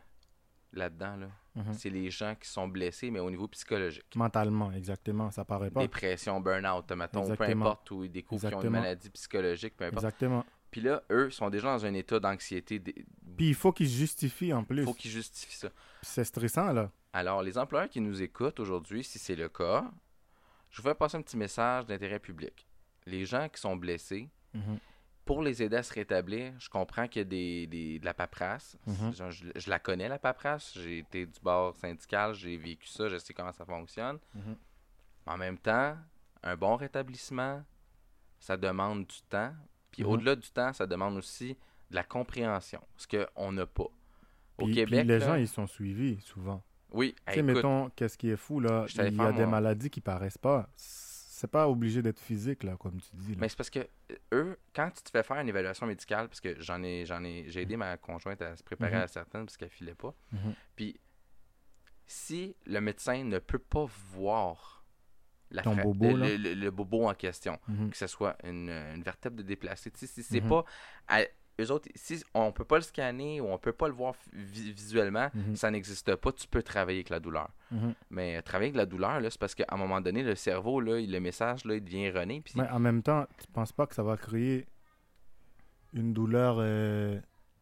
Speaker 2: là-dedans, là,
Speaker 4: mhm.
Speaker 2: c'est les gens qui sont blessés, mais au niveau psychologique.
Speaker 4: Mentalement, exactement. Ça paraît pas.
Speaker 2: Dépression, burn-out, mettons, peu
Speaker 4: Exactement.
Speaker 2: importe, où ils découvrent qu'ils ont une
Speaker 4: Exactement.
Speaker 2: maladie psychologique, peu importe.
Speaker 4: Exactement.
Speaker 2: Puis là, eux sont déjà dans un état d'anxiété dé-
Speaker 4: Puis il faut qu'ils se justifient en plus.
Speaker 2: faut qu'ils justifient ça.
Speaker 4: Puis C'est stressant, là.
Speaker 2: Alors, les employeurs qui nous écoutent aujourd'hui, si c'est le cas, je vous fais passer un petit message d'intérêt public. Les gens qui sont blessés,
Speaker 4: Mhm,
Speaker 2: pour les aider à se rétablir, je comprends qu'il y a des, des- de la paperasse.
Speaker 4: Mhm.
Speaker 2: Je, je- je la connais, la paperasse. J'ai été du bord syndical, j'ai vécu ça, je sais comment ça fonctionne.
Speaker 4: Mhm.
Speaker 2: En même temps, un bon rétablissement, ça demande du temps. Puis
Speaker 4: Mhm.
Speaker 2: au-delà du temps, ça demande aussi de la compréhension, ce qu'on n'a pas. Au
Speaker 4: Puis,
Speaker 2: Québec,
Speaker 4: puis les
Speaker 2: là-
Speaker 4: gens, ils sont suivis souvent.
Speaker 2: oui,
Speaker 4: Tu
Speaker 2: hey,
Speaker 4: sais,
Speaker 2: écoute,
Speaker 4: mettons, qu'est-ce qui est fou, là
Speaker 2: Je
Speaker 4: Il
Speaker 2: t'allais
Speaker 4: y
Speaker 2: faire,
Speaker 4: a des
Speaker 2: moi.
Speaker 4: maladies qui paraissent pas. C'est pas obligé d'être physique, là, comme tu dis. là.
Speaker 2: Mais c'est parce que euh, eux, quand tu te fais faire une évaluation médicale, parce que j'en ai, j'en ai, j'ai aidé ma conjointe à se préparer
Speaker 4: Mhm.
Speaker 2: à certaines parce qu'elle filait pas.
Speaker 4: Mhm.
Speaker 2: Puis si le médecin ne peut pas voir la
Speaker 4: Ton
Speaker 2: fra-
Speaker 4: bobo,
Speaker 2: le,
Speaker 4: là.
Speaker 2: le- le bobo en question,
Speaker 4: Mhm.
Speaker 2: que ce soit une, une vertèbre de déplacée, tu sais, si c'est
Speaker 4: Mhm.
Speaker 2: pas à- eux autres, si on peut pas le scanner ou on peut pas le voir vi- visuellement,
Speaker 4: Mhm.
Speaker 2: ça n'existe pas. Tu peux travailler avec la douleur.
Speaker 4: Mhm.
Speaker 2: Mais euh, travailler avec la douleur, là, c'est parce qu'à un moment donné, le cerveau, là, il- le message, là, il devient erroné. Puis
Speaker 4: Mais en même temps, tu penses pas que ça va créer une douleur euh,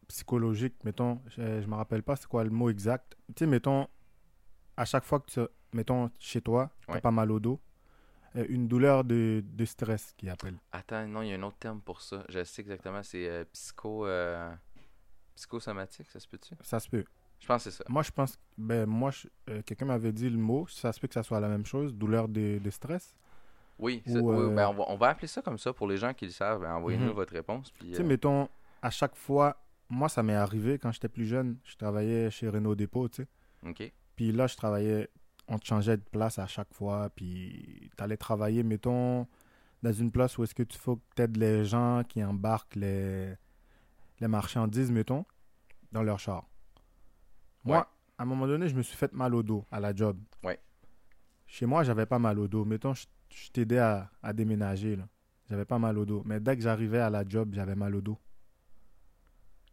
Speaker 4: psychologique, mettons, je, je me rappelle pas c'est quoi le mot exact. Tu sais, mettons, à chaque fois que tu, mettons, chez toi, t'as
Speaker 2: Ouais.
Speaker 4: pas mal au dos, euh, une douleur de, de stress qui appelle.
Speaker 2: Attends, non, il y a un autre terme pour ça. Je sais exactement, c'est euh, psycho... euh, psychosomatique, ça se peut-tu?
Speaker 4: Ça se peut.
Speaker 2: Je pense que c'est ça.
Speaker 4: Moi, je pense, ben, moi, je- euh, quelqu'un m'avait dit le mot, ça se peut que ça soit la même chose, douleur de, de stress.
Speaker 2: Oui, ça-
Speaker 4: Ou,
Speaker 2: oui,
Speaker 4: euh,
Speaker 2: ben, on, va, on va appeler ça comme ça pour les gens qui le savent. Ben, Envoyez-nous
Speaker 4: Mhm.
Speaker 2: votre réponse. Puis,
Speaker 4: Tu sais,
Speaker 2: euh,
Speaker 4: mettons, à chaque fois, moi, ça m'est arrivé quand j'étais plus jeune, je travaillais chez Renault Dépôt, tu sais.
Speaker 2: OK.
Speaker 4: Puis là, je travaillais, on te changeait de place à chaque fois. Puis t'allais travailler, mettons, dans une place où est-ce que tu faut que t'aides les gens qui embarquent les, les marchandises, mettons, dans leur char. Moi,
Speaker 2: Ouais.
Speaker 4: à un moment donné, je me suis fait mal au dos à la job.
Speaker 2: Ouais.
Speaker 4: Chez moi, j'avais pas mal au dos. Mettons, je, je t'aidais à, à déménager. là. J'avais pas mal au dos. Mais dès que j'arrivais à la job, j'avais mal au dos.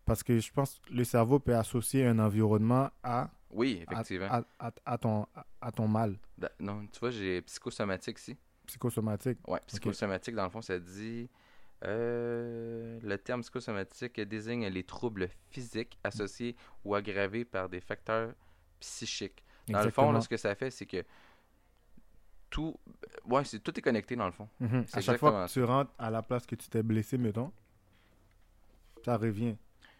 Speaker 4: Parce que je pense que le cerveau peut associer un environnement à,
Speaker 2: Oui,
Speaker 4: à,
Speaker 2: effectivement.
Speaker 4: à- à- à ton, à- à ton mal
Speaker 2: Da- Non, tu vois, j'ai psychosomatique ici.
Speaker 4: psychosomatique.
Speaker 2: Ouais, psychosomatique, dans le fond, ça dit. euh, le terme psychosomatique désigne les troubles physiques associés ou aggravés par des facteurs psychiques. Dans le fond, là,
Speaker 4: Exactement.
Speaker 2: ce que ça fait, c'est que tout. Ouais, c'est tout est connecté, dans le fond.
Speaker 4: Mhm.
Speaker 2: C'est
Speaker 4: À chaque fois
Speaker 2: exactement
Speaker 4: que tu rentres à la place que tu t'es blessé, mettons, ça revient.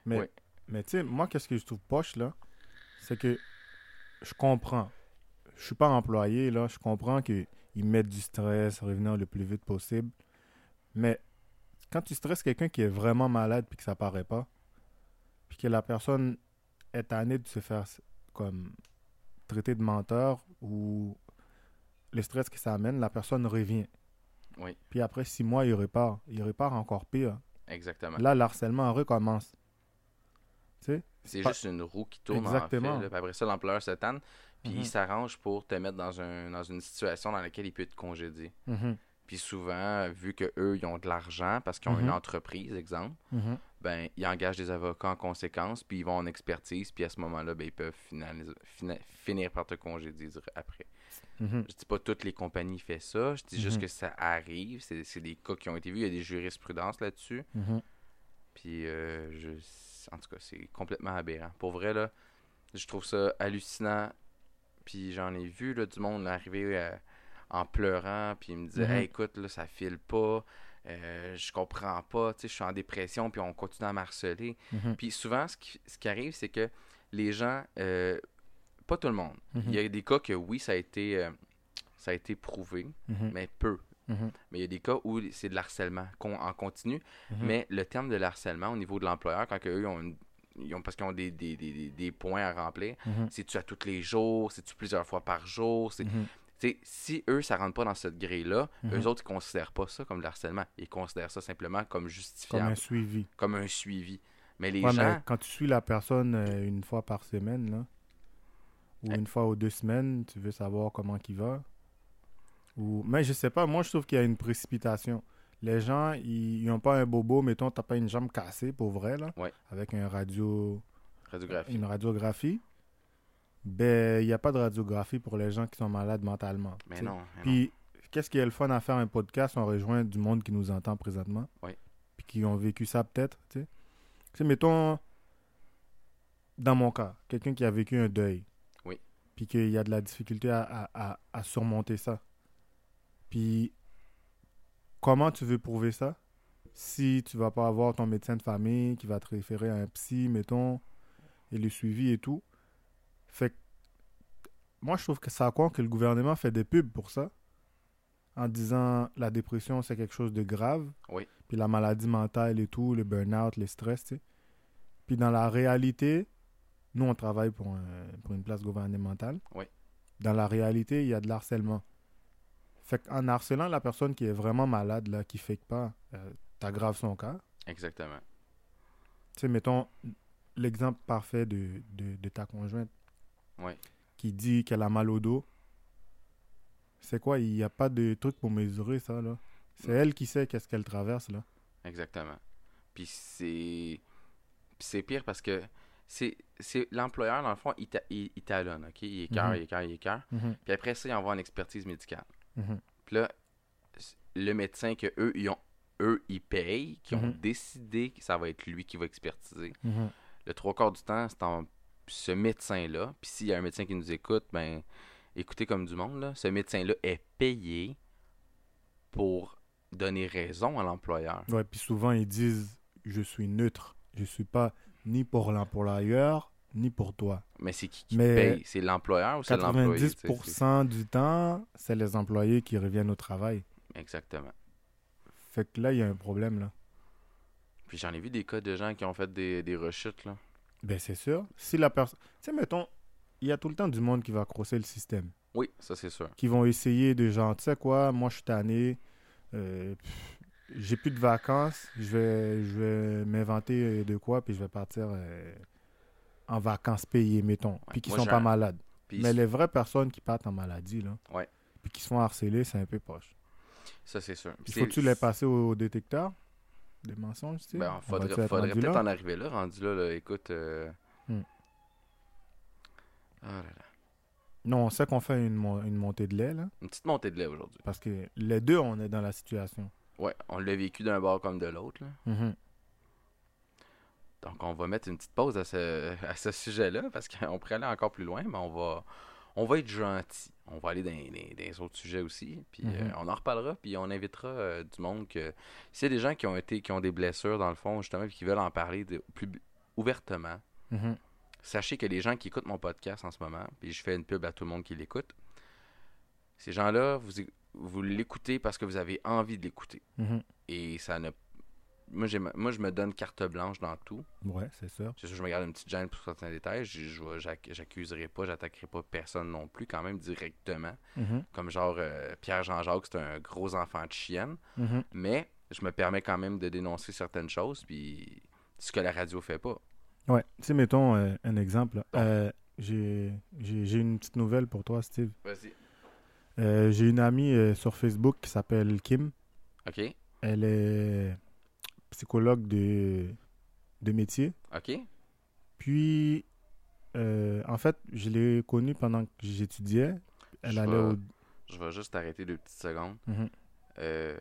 Speaker 4: Mais,
Speaker 2: Oui.
Speaker 4: mais tu sais, moi, qu'est-ce que je trouve poche, là, c'est que je comprends. Je suis pas employé, là. Je comprends qu'ils mettent du stress, revenir le plus vite possible. Mais quand tu stresses quelqu'un qui est vraiment malade puis que ça paraît pas, puis que la personne est tannée de se faire comme traiter de menteur ou le stress que ça amène, la personne revient.
Speaker 2: Oui,
Speaker 4: Puis après six mois, il repart. Il repart encore pire.
Speaker 2: exactement.
Speaker 4: Là, le harcèlement recommence. Tu sais?
Speaker 2: C'est
Speaker 4: pas-
Speaker 2: juste une roue qui tourne en
Speaker 4: Exactement.
Speaker 2: fait. là. Puis après ça, l'employeur se tanne, puis
Speaker 4: Mhm.
Speaker 2: il s'arrange pour te mettre dans, un, dans une situation dans laquelle il peut te congédier.
Speaker 4: Mhm,
Speaker 2: Puis souvent, vu que eux ils ont de l'argent parce qu'ils ont une
Speaker 4: Mhm.
Speaker 2: entreprise, exemple,
Speaker 4: mhm.
Speaker 2: ben, ils engagent des avocats en conséquence, puis ils vont en expertise, puis à ce moment-là, ben, ils peuvent finalis- fina- finir par te congédier dire- après.
Speaker 4: Mhm.
Speaker 2: Je dis pas toutes les compagnies font ça, je dis juste
Speaker 4: Mhm.
Speaker 2: que ça arrive, c'est c'est des cas qui ont été vus, il y a des jurisprudences là-dessus,
Speaker 4: Mhm.
Speaker 2: puis euh, je... en tout cas, c'est complètement aberrant. Pour vrai, là, je trouve ça hallucinant, puis j'en ai vu là, du monde arriver à- en pleurant, puis il me disait
Speaker 4: Mhm.
Speaker 2: Hey, écoute, là, ça file pas, euh, je comprends pas, tu sais, je suis en dépression, puis on continue à marceler.
Speaker 4: Mhm.
Speaker 2: Puis souvent, ce qui, ce qui arrive, c'est que les gens, euh, pas tout le monde,
Speaker 4: Mhm.
Speaker 2: il y a des cas que oui, ça a été, euh, ça a été prouvé,
Speaker 4: Mhm.
Speaker 2: mais peu.
Speaker 4: Mhm.
Speaker 2: Mais il y a des cas où c'est de l'harcèlement qu'on en continu.
Speaker 4: Mhm.
Speaker 2: Mais le terme de l'harcèlement au niveau de l'employeur, quand que eux ils ont, une- ils ont- parce qu'ils ont des, des- des- des- des points à remplir,
Speaker 4: Mhm.
Speaker 2: c'est-tu à tous les jours, c'est-tu plusieurs fois par jour, c'est
Speaker 4: Mhm.
Speaker 2: tu sais, si eux, ça rentre pas dans cette grille-là,
Speaker 4: Mhm.
Speaker 2: eux autres, ils considèrent pas ça comme de l'harcèlement. Ils considèrent ça simplement comme
Speaker 4: Comme
Speaker 2: justifiable,
Speaker 4: un suivi.
Speaker 2: comme un, suivi. Mais les
Speaker 4: Ouais,
Speaker 2: gens,
Speaker 4: mais quand tu suis la personne euh, une fois par semaine, là, ou
Speaker 2: Eh.
Speaker 4: une fois ou deux semaines, tu veux savoir comment il va. Ou... Mais je sais pas, moi je trouve qu'il y a une précipitation. Les gens, ils n'ont pas un bobo, mettons, t'as pas une jambe cassée pour vrai, là,
Speaker 2: Ouais.
Speaker 4: avec un radio,
Speaker 2: radiographie.
Speaker 4: une radiographie, ben, il n'y a pas de radiographie pour les gens qui sont malades mentalement.
Speaker 2: Mais
Speaker 4: tu sais.
Speaker 2: non, mais non.
Speaker 4: Puis, qu'est-ce qui est le fun à faire un podcast? On rejoint du monde qui nous entend présentement.
Speaker 2: Oui.
Speaker 4: Puis qui ont vécu ça peut-être, tu sais. Tu sais, mettons, dans mon cas, quelqu'un qui a vécu un deuil.
Speaker 2: Oui.
Speaker 4: Puis qu'il y a de la difficulté à, à- à- à surmonter ça. Puis, comment tu veux prouver ça? Si tu vas pas avoir ton médecin de famille qui va te référer à un psy, mettons, et le suivi et tout. Fait que moi, je trouve que ça quoi que le gouvernement fait des pubs pour ça, en disant la dépression, c'est quelque chose de grave.
Speaker 2: Oui.
Speaker 4: Puis la maladie mentale et tout, le burn-out, le stress, tu sais. Puis dans la réalité, nous, on travaille pour, un- pour une place gouvernementale.
Speaker 2: Oui.
Speaker 4: Dans la réalité, il y a de l'harcèlement. Fait qu'en harcelant la personne qui est vraiment malade, là, qui fait que pas, euh, t'aggraves son cas.
Speaker 2: Exactement.
Speaker 4: Tu sais, mettons l'exemple parfait de, de, de ta conjointe
Speaker 2: Ouais.
Speaker 4: qui dit qu'elle a mal au dos. C'est quoi? Il n'y a pas de truc pour mesurer ça, là. C'est elle qui sait qu'est-ce qu'elle traverse, là.
Speaker 2: Exactement. Puis c'est. puis c'est pire parce que c'est. c'est- L'employeur, dans le fond, il, ta- il, il talonne, OK? Il écœure,
Speaker 4: Mhm.
Speaker 2: il écœure, il écœure. Puis après ça, il envoie une expertise médicale.
Speaker 4: Mhm.
Speaker 2: Puis là, s- le médecin que eux, ils ont. Eux, ils payent, qui ont
Speaker 4: Mhm.
Speaker 2: décidé que ça va être lui qui va expertiser.
Speaker 4: Mhm.
Speaker 2: Le trois quarts du temps, c'est en- ce médecin-là. Puis s'il y a un médecin qui nous écoute, ben écoutez comme du monde, là. Ce médecin-là est payé pour donner raison à l'employeur.
Speaker 4: Ouais, puis souvent, ils disent « Je suis neutre. Je suis pas ni pour l'un pour l'ailleurs, ni pour toi.
Speaker 2: Mais c'est qui qui
Speaker 4: Mais
Speaker 2: paye C'est l'employeur ou » c'est l'employé tu sais,
Speaker 4: 90% du temps, c'est les employés qui reviennent au travail.
Speaker 2: c'est- Exactement.
Speaker 4: Fait que là, il y a un problème, là.
Speaker 2: Puis j'en ai vu des cas de gens qui ont fait des, des rechutes. Là.
Speaker 4: Ben, c'est sûr. Si la personne... Tu sais, mettons, il y a tout le temps du monde qui va crosser le système.
Speaker 2: Oui, ça c'est sûr.
Speaker 4: qui vont essayer de genre, tu sais quoi, moi je suis tanné, euh, pff, j'ai plus de vacances, je vais, je vais m'inventer euh, de quoi, puis je vais partir euh, en vacances payées, mettons, puis qui
Speaker 2: moi,
Speaker 4: sont
Speaker 2: j'ai
Speaker 4: pas
Speaker 2: un-
Speaker 4: malades.
Speaker 2: Puis
Speaker 4: Mais les vraies personnes qui partent en maladie, là,
Speaker 2: Ouais.
Speaker 4: puis qui se font harceler, c'est un peu poche.
Speaker 2: ça, c'est sûr.
Speaker 4: Il
Speaker 2: C'est-
Speaker 4: faut-tu les passer au, au détecteur des mensonges, tu sais?
Speaker 2: Ben,
Speaker 4: On va-tu
Speaker 2: faudrait
Speaker 4: être
Speaker 2: faudrait
Speaker 4: rendu
Speaker 2: peut-être
Speaker 4: là?
Speaker 2: en arriver là, rendu là, là, écoute. euh,
Speaker 4: Hmm.
Speaker 2: Ah là là.
Speaker 4: Non, on sait qu'on fait une, mon- une montée de lait, là,
Speaker 2: Une petite montée de lait aujourd'hui.
Speaker 4: parce que les deux, on est dans la situation.
Speaker 2: Ouais, on l'a vécu d'un bord comme de l'autre. là.
Speaker 4: Mhm.
Speaker 2: Donc, on va mettre une petite pause à ce, à ce sujet-là, parce qu'on pourrait aller encore plus loin, mais on va, on va être gentil. On va aller dans, les- dans les autres sujets aussi, puis
Speaker 4: Mhm.
Speaker 2: euh, on en reparlera, puis on invitera euh, du monde que... S'il y a des gens qui ont, été, qui ont des blessures, dans le fond, justement, puis qui veulent en parler de- plus ouvertement, mm-hmm,
Speaker 4: Mhm.
Speaker 2: sachez que les gens qui écoutent mon podcast en ce moment, puis je fais une pub à tout le monde qui l'écoute, ces gens-là, vous, é- vous l'écoutez parce que vous avez envie de l'écouter.
Speaker 4: Mhm.
Speaker 2: Et ça ne... Moi, j'ai ma- moi, je me donne carte blanche dans tout.
Speaker 4: Ouais, c'est sûr.
Speaker 2: C'est sûr, je me garde une petite gêne pour certains détails. Je- je vois- j'ac- J'accuserai pas, j'attaquerai pas personne non plus, quand même directement.
Speaker 4: Mhm.
Speaker 2: Comme genre euh, Pierre-Jean-Jacques, c'est un gros enfant de chienne.
Speaker 4: Mhm.
Speaker 2: Mais je me permets quand même de dénoncer certaines choses, puis ce que la radio fait pas.
Speaker 4: Ouais, tu sais, mettons euh, un exemple. là.
Speaker 2: Donc.
Speaker 4: Euh, j'ai j'ai- j'ai une petite nouvelle pour toi, Steve.
Speaker 2: Vas-y.
Speaker 4: Euh, j'ai une amie euh, sur Facebook qui s'appelle Kim.
Speaker 2: OK?
Speaker 4: Elle est psychologue de, de métier.
Speaker 2: OK?
Speaker 4: Puis, euh, en fait, je l'ai connue pendant que j'étudiais. Elle
Speaker 2: Je
Speaker 4: allait
Speaker 2: vois.
Speaker 4: au...
Speaker 2: Je vais juste t'arrêter deux petites secondes.
Speaker 4: Mhm.
Speaker 2: Euh,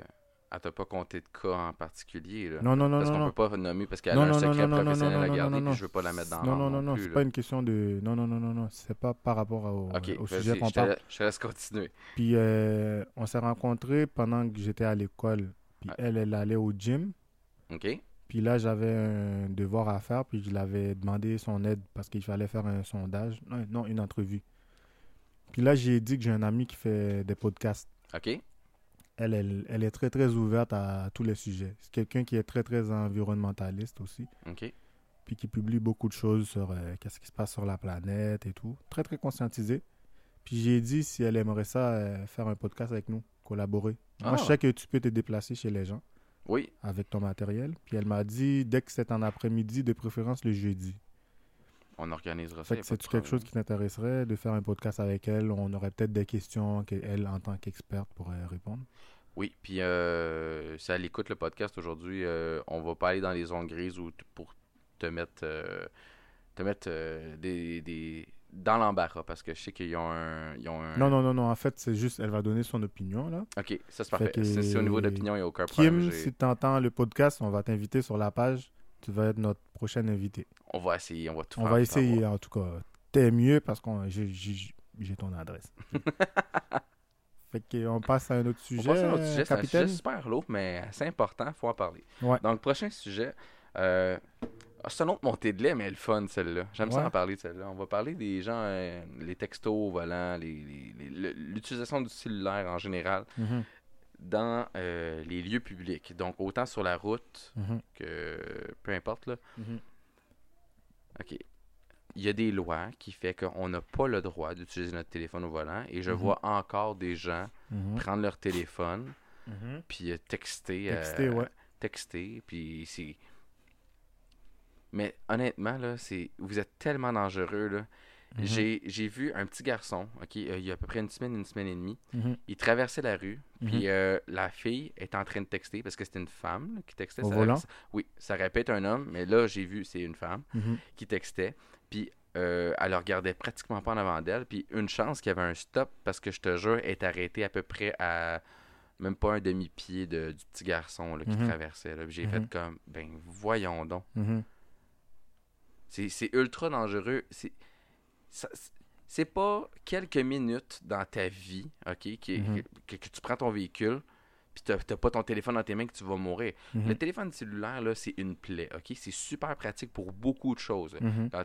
Speaker 2: elle t'a pas compté de cas en particulier, là?
Speaker 4: Non, non, non,
Speaker 2: parce
Speaker 4: non,
Speaker 2: qu'on
Speaker 4: non.
Speaker 2: peut pas nommer parce qu'elle a
Speaker 4: Non,
Speaker 2: un
Speaker 4: non, non,
Speaker 2: secret
Speaker 4: non, non, non,
Speaker 2: professionnel
Speaker 4: non,
Speaker 2: à
Speaker 4: non,
Speaker 2: garder,
Speaker 4: non,
Speaker 2: puis
Speaker 4: non.
Speaker 2: je veux pas la mettre dans
Speaker 4: Non,
Speaker 2: l'ordre
Speaker 4: non, non, non,
Speaker 2: plus,
Speaker 4: c'est
Speaker 2: là.
Speaker 4: pas une question de... Non, non, non, non, non, c'est pas par rapport au,
Speaker 2: Ok,
Speaker 4: au
Speaker 2: vas-y,
Speaker 4: sujet qu'on
Speaker 2: je, te,
Speaker 4: parle.
Speaker 2: la- je te laisse continuer.
Speaker 4: Puis, euh, on s'est rencontrés pendant que j'étais à l'école. Puis,
Speaker 2: Ouais.
Speaker 4: elle, elle allait au gym.
Speaker 2: OK?
Speaker 4: Puis là, j'avais un devoir à faire, puis je l'avais demandé son aide parce qu'il fallait faire un sondage, non, non, une entrevue. Puis là, j'ai dit que j'ai un ami qui fait des podcasts.
Speaker 2: OK?
Speaker 4: Elle, elle, elle est très, très ouverte à tous les sujets. C'est quelqu'un qui est très, très environnementaliste aussi,
Speaker 2: OK?
Speaker 4: puis qui publie beaucoup de choses sur euh, qu'est-ce qui se passe sur la planète et tout. Très, très conscientisé. Puis j'ai dit si elle aimerait ça, euh, faire un podcast avec nous, collaborer. Moi,
Speaker 2: Ah.
Speaker 4: je sais que tu peux te déplacer chez les gens
Speaker 2: Oui,
Speaker 4: avec ton matériel. Puis elle m'a dit dès que c'est en après-midi, de préférence le jeudi.
Speaker 2: on organisera ça.
Speaker 4: Fait
Speaker 2: y a
Speaker 4: que
Speaker 2: pas
Speaker 4: c'est
Speaker 2: de
Speaker 4: quelque chose
Speaker 2: problème.
Speaker 4: qui t'intéresserait de faire un podcast avec elle. On aurait peut-être des questions qu'elle, en tant qu'experte, pourrait répondre.
Speaker 2: Oui, puis euh, si elle écoute le podcast aujourd'hui, euh, on va pas aller dans les zones grises ou t- pour te mettre, euh, te mettre euh, des, des- dans l'embarras parce que je sais qu'ils ont un. Ils ont un...
Speaker 4: Non, non, non, non. En fait, c'est juste, elle va donner son opinion. Là.
Speaker 2: Ok, ça c'est
Speaker 4: Fait
Speaker 2: parfait.
Speaker 4: que-
Speaker 2: C'est c'est au niveau d'opinion, il n'y a aucun problème.
Speaker 4: Kim,
Speaker 2: J'ai-
Speaker 4: si tu entends le podcast, on va t'inviter sur la page. Tu vas être notre prochaine invitée.
Speaker 2: On va essayer, on va tout
Speaker 4: on
Speaker 2: faire pour
Speaker 4: va essayer,
Speaker 2: t'avoir.
Speaker 4: en tout cas. T'es mieux parce qu'on j'ai, j'ai- j'ai
Speaker 2: <laughs>
Speaker 4: ton adresse. fait qu'on passe à un autre
Speaker 2: On
Speaker 4: sujet,
Speaker 2: passe à un autre sujet, c'est un
Speaker 4: capitaine.
Speaker 2: sujet super lourd, mais c'est important, faut en parler.
Speaker 4: Ouais.
Speaker 2: Donc, prochain sujet, euh, ah, c'est un autre montée de lait, mais elle est fun, celle-là. J'aime ça
Speaker 4: Ouais.
Speaker 2: en parler, de celle-là. On va parler des gens, euh, les textos au volant, les- les- les- le- l'utilisation du cellulaire en général
Speaker 4: Mhm,
Speaker 2: dans euh, les lieux publics. Donc, autant sur la route
Speaker 4: mhm,
Speaker 2: que peu importe, là.
Speaker 4: mhm.
Speaker 2: OK. Il y a des lois qui fait qu'on n'a pas le droit d'utiliser notre téléphone au volant et je
Speaker 4: Mhm.
Speaker 2: vois encore des gens
Speaker 4: Mhm,
Speaker 2: prendre leur téléphone
Speaker 4: mhm.
Speaker 2: puis euh, texter euh,
Speaker 4: Texter, ouais.
Speaker 2: texter puis c'est mais honnêtement là c'est vous êtes tellement dangereux là
Speaker 4: Mhm.
Speaker 2: j'ai j'ai vu un petit garçon OK euh, il y a à peu près une semaine une semaine et demie
Speaker 4: Mhm.
Speaker 2: il traversait la rue
Speaker 4: Mhm.
Speaker 2: puis euh, la fille est en train de texter parce que c'était une femme là, qui textait
Speaker 4: Au
Speaker 2: ça,
Speaker 4: volant?
Speaker 2: oui ça répète un homme mais là j'ai vu c'est une femme
Speaker 4: Mhm.
Speaker 2: qui textait. Puis euh, elle le regardait pratiquement pas en avant d'elle. Puis une chance qu'il y avait un stop parce que je te jure, elle est arrêtée à peu près à même pas un demi-pied de- du petit garçon là, qui
Speaker 4: Mhm.
Speaker 2: traversait. là. Puis J'ai
Speaker 4: Mhm.
Speaker 2: fait comme, ben voyons donc.
Speaker 4: Mhm.
Speaker 2: C'est c'est ultra dangereux. C'est ça- c'est- c'est pas quelques minutes dans ta vie, OK, qui-
Speaker 4: Mhm.
Speaker 2: que, que tu prends ton véhicule, puis t'as t'as pas ton téléphone dans tes mains que tu vas mourir.
Speaker 4: Mhm.
Speaker 2: Le téléphone cellulaire, là, c'est une plaie, OK? C'est super pratique pour beaucoup de choses
Speaker 4: Mhm.
Speaker 2: quand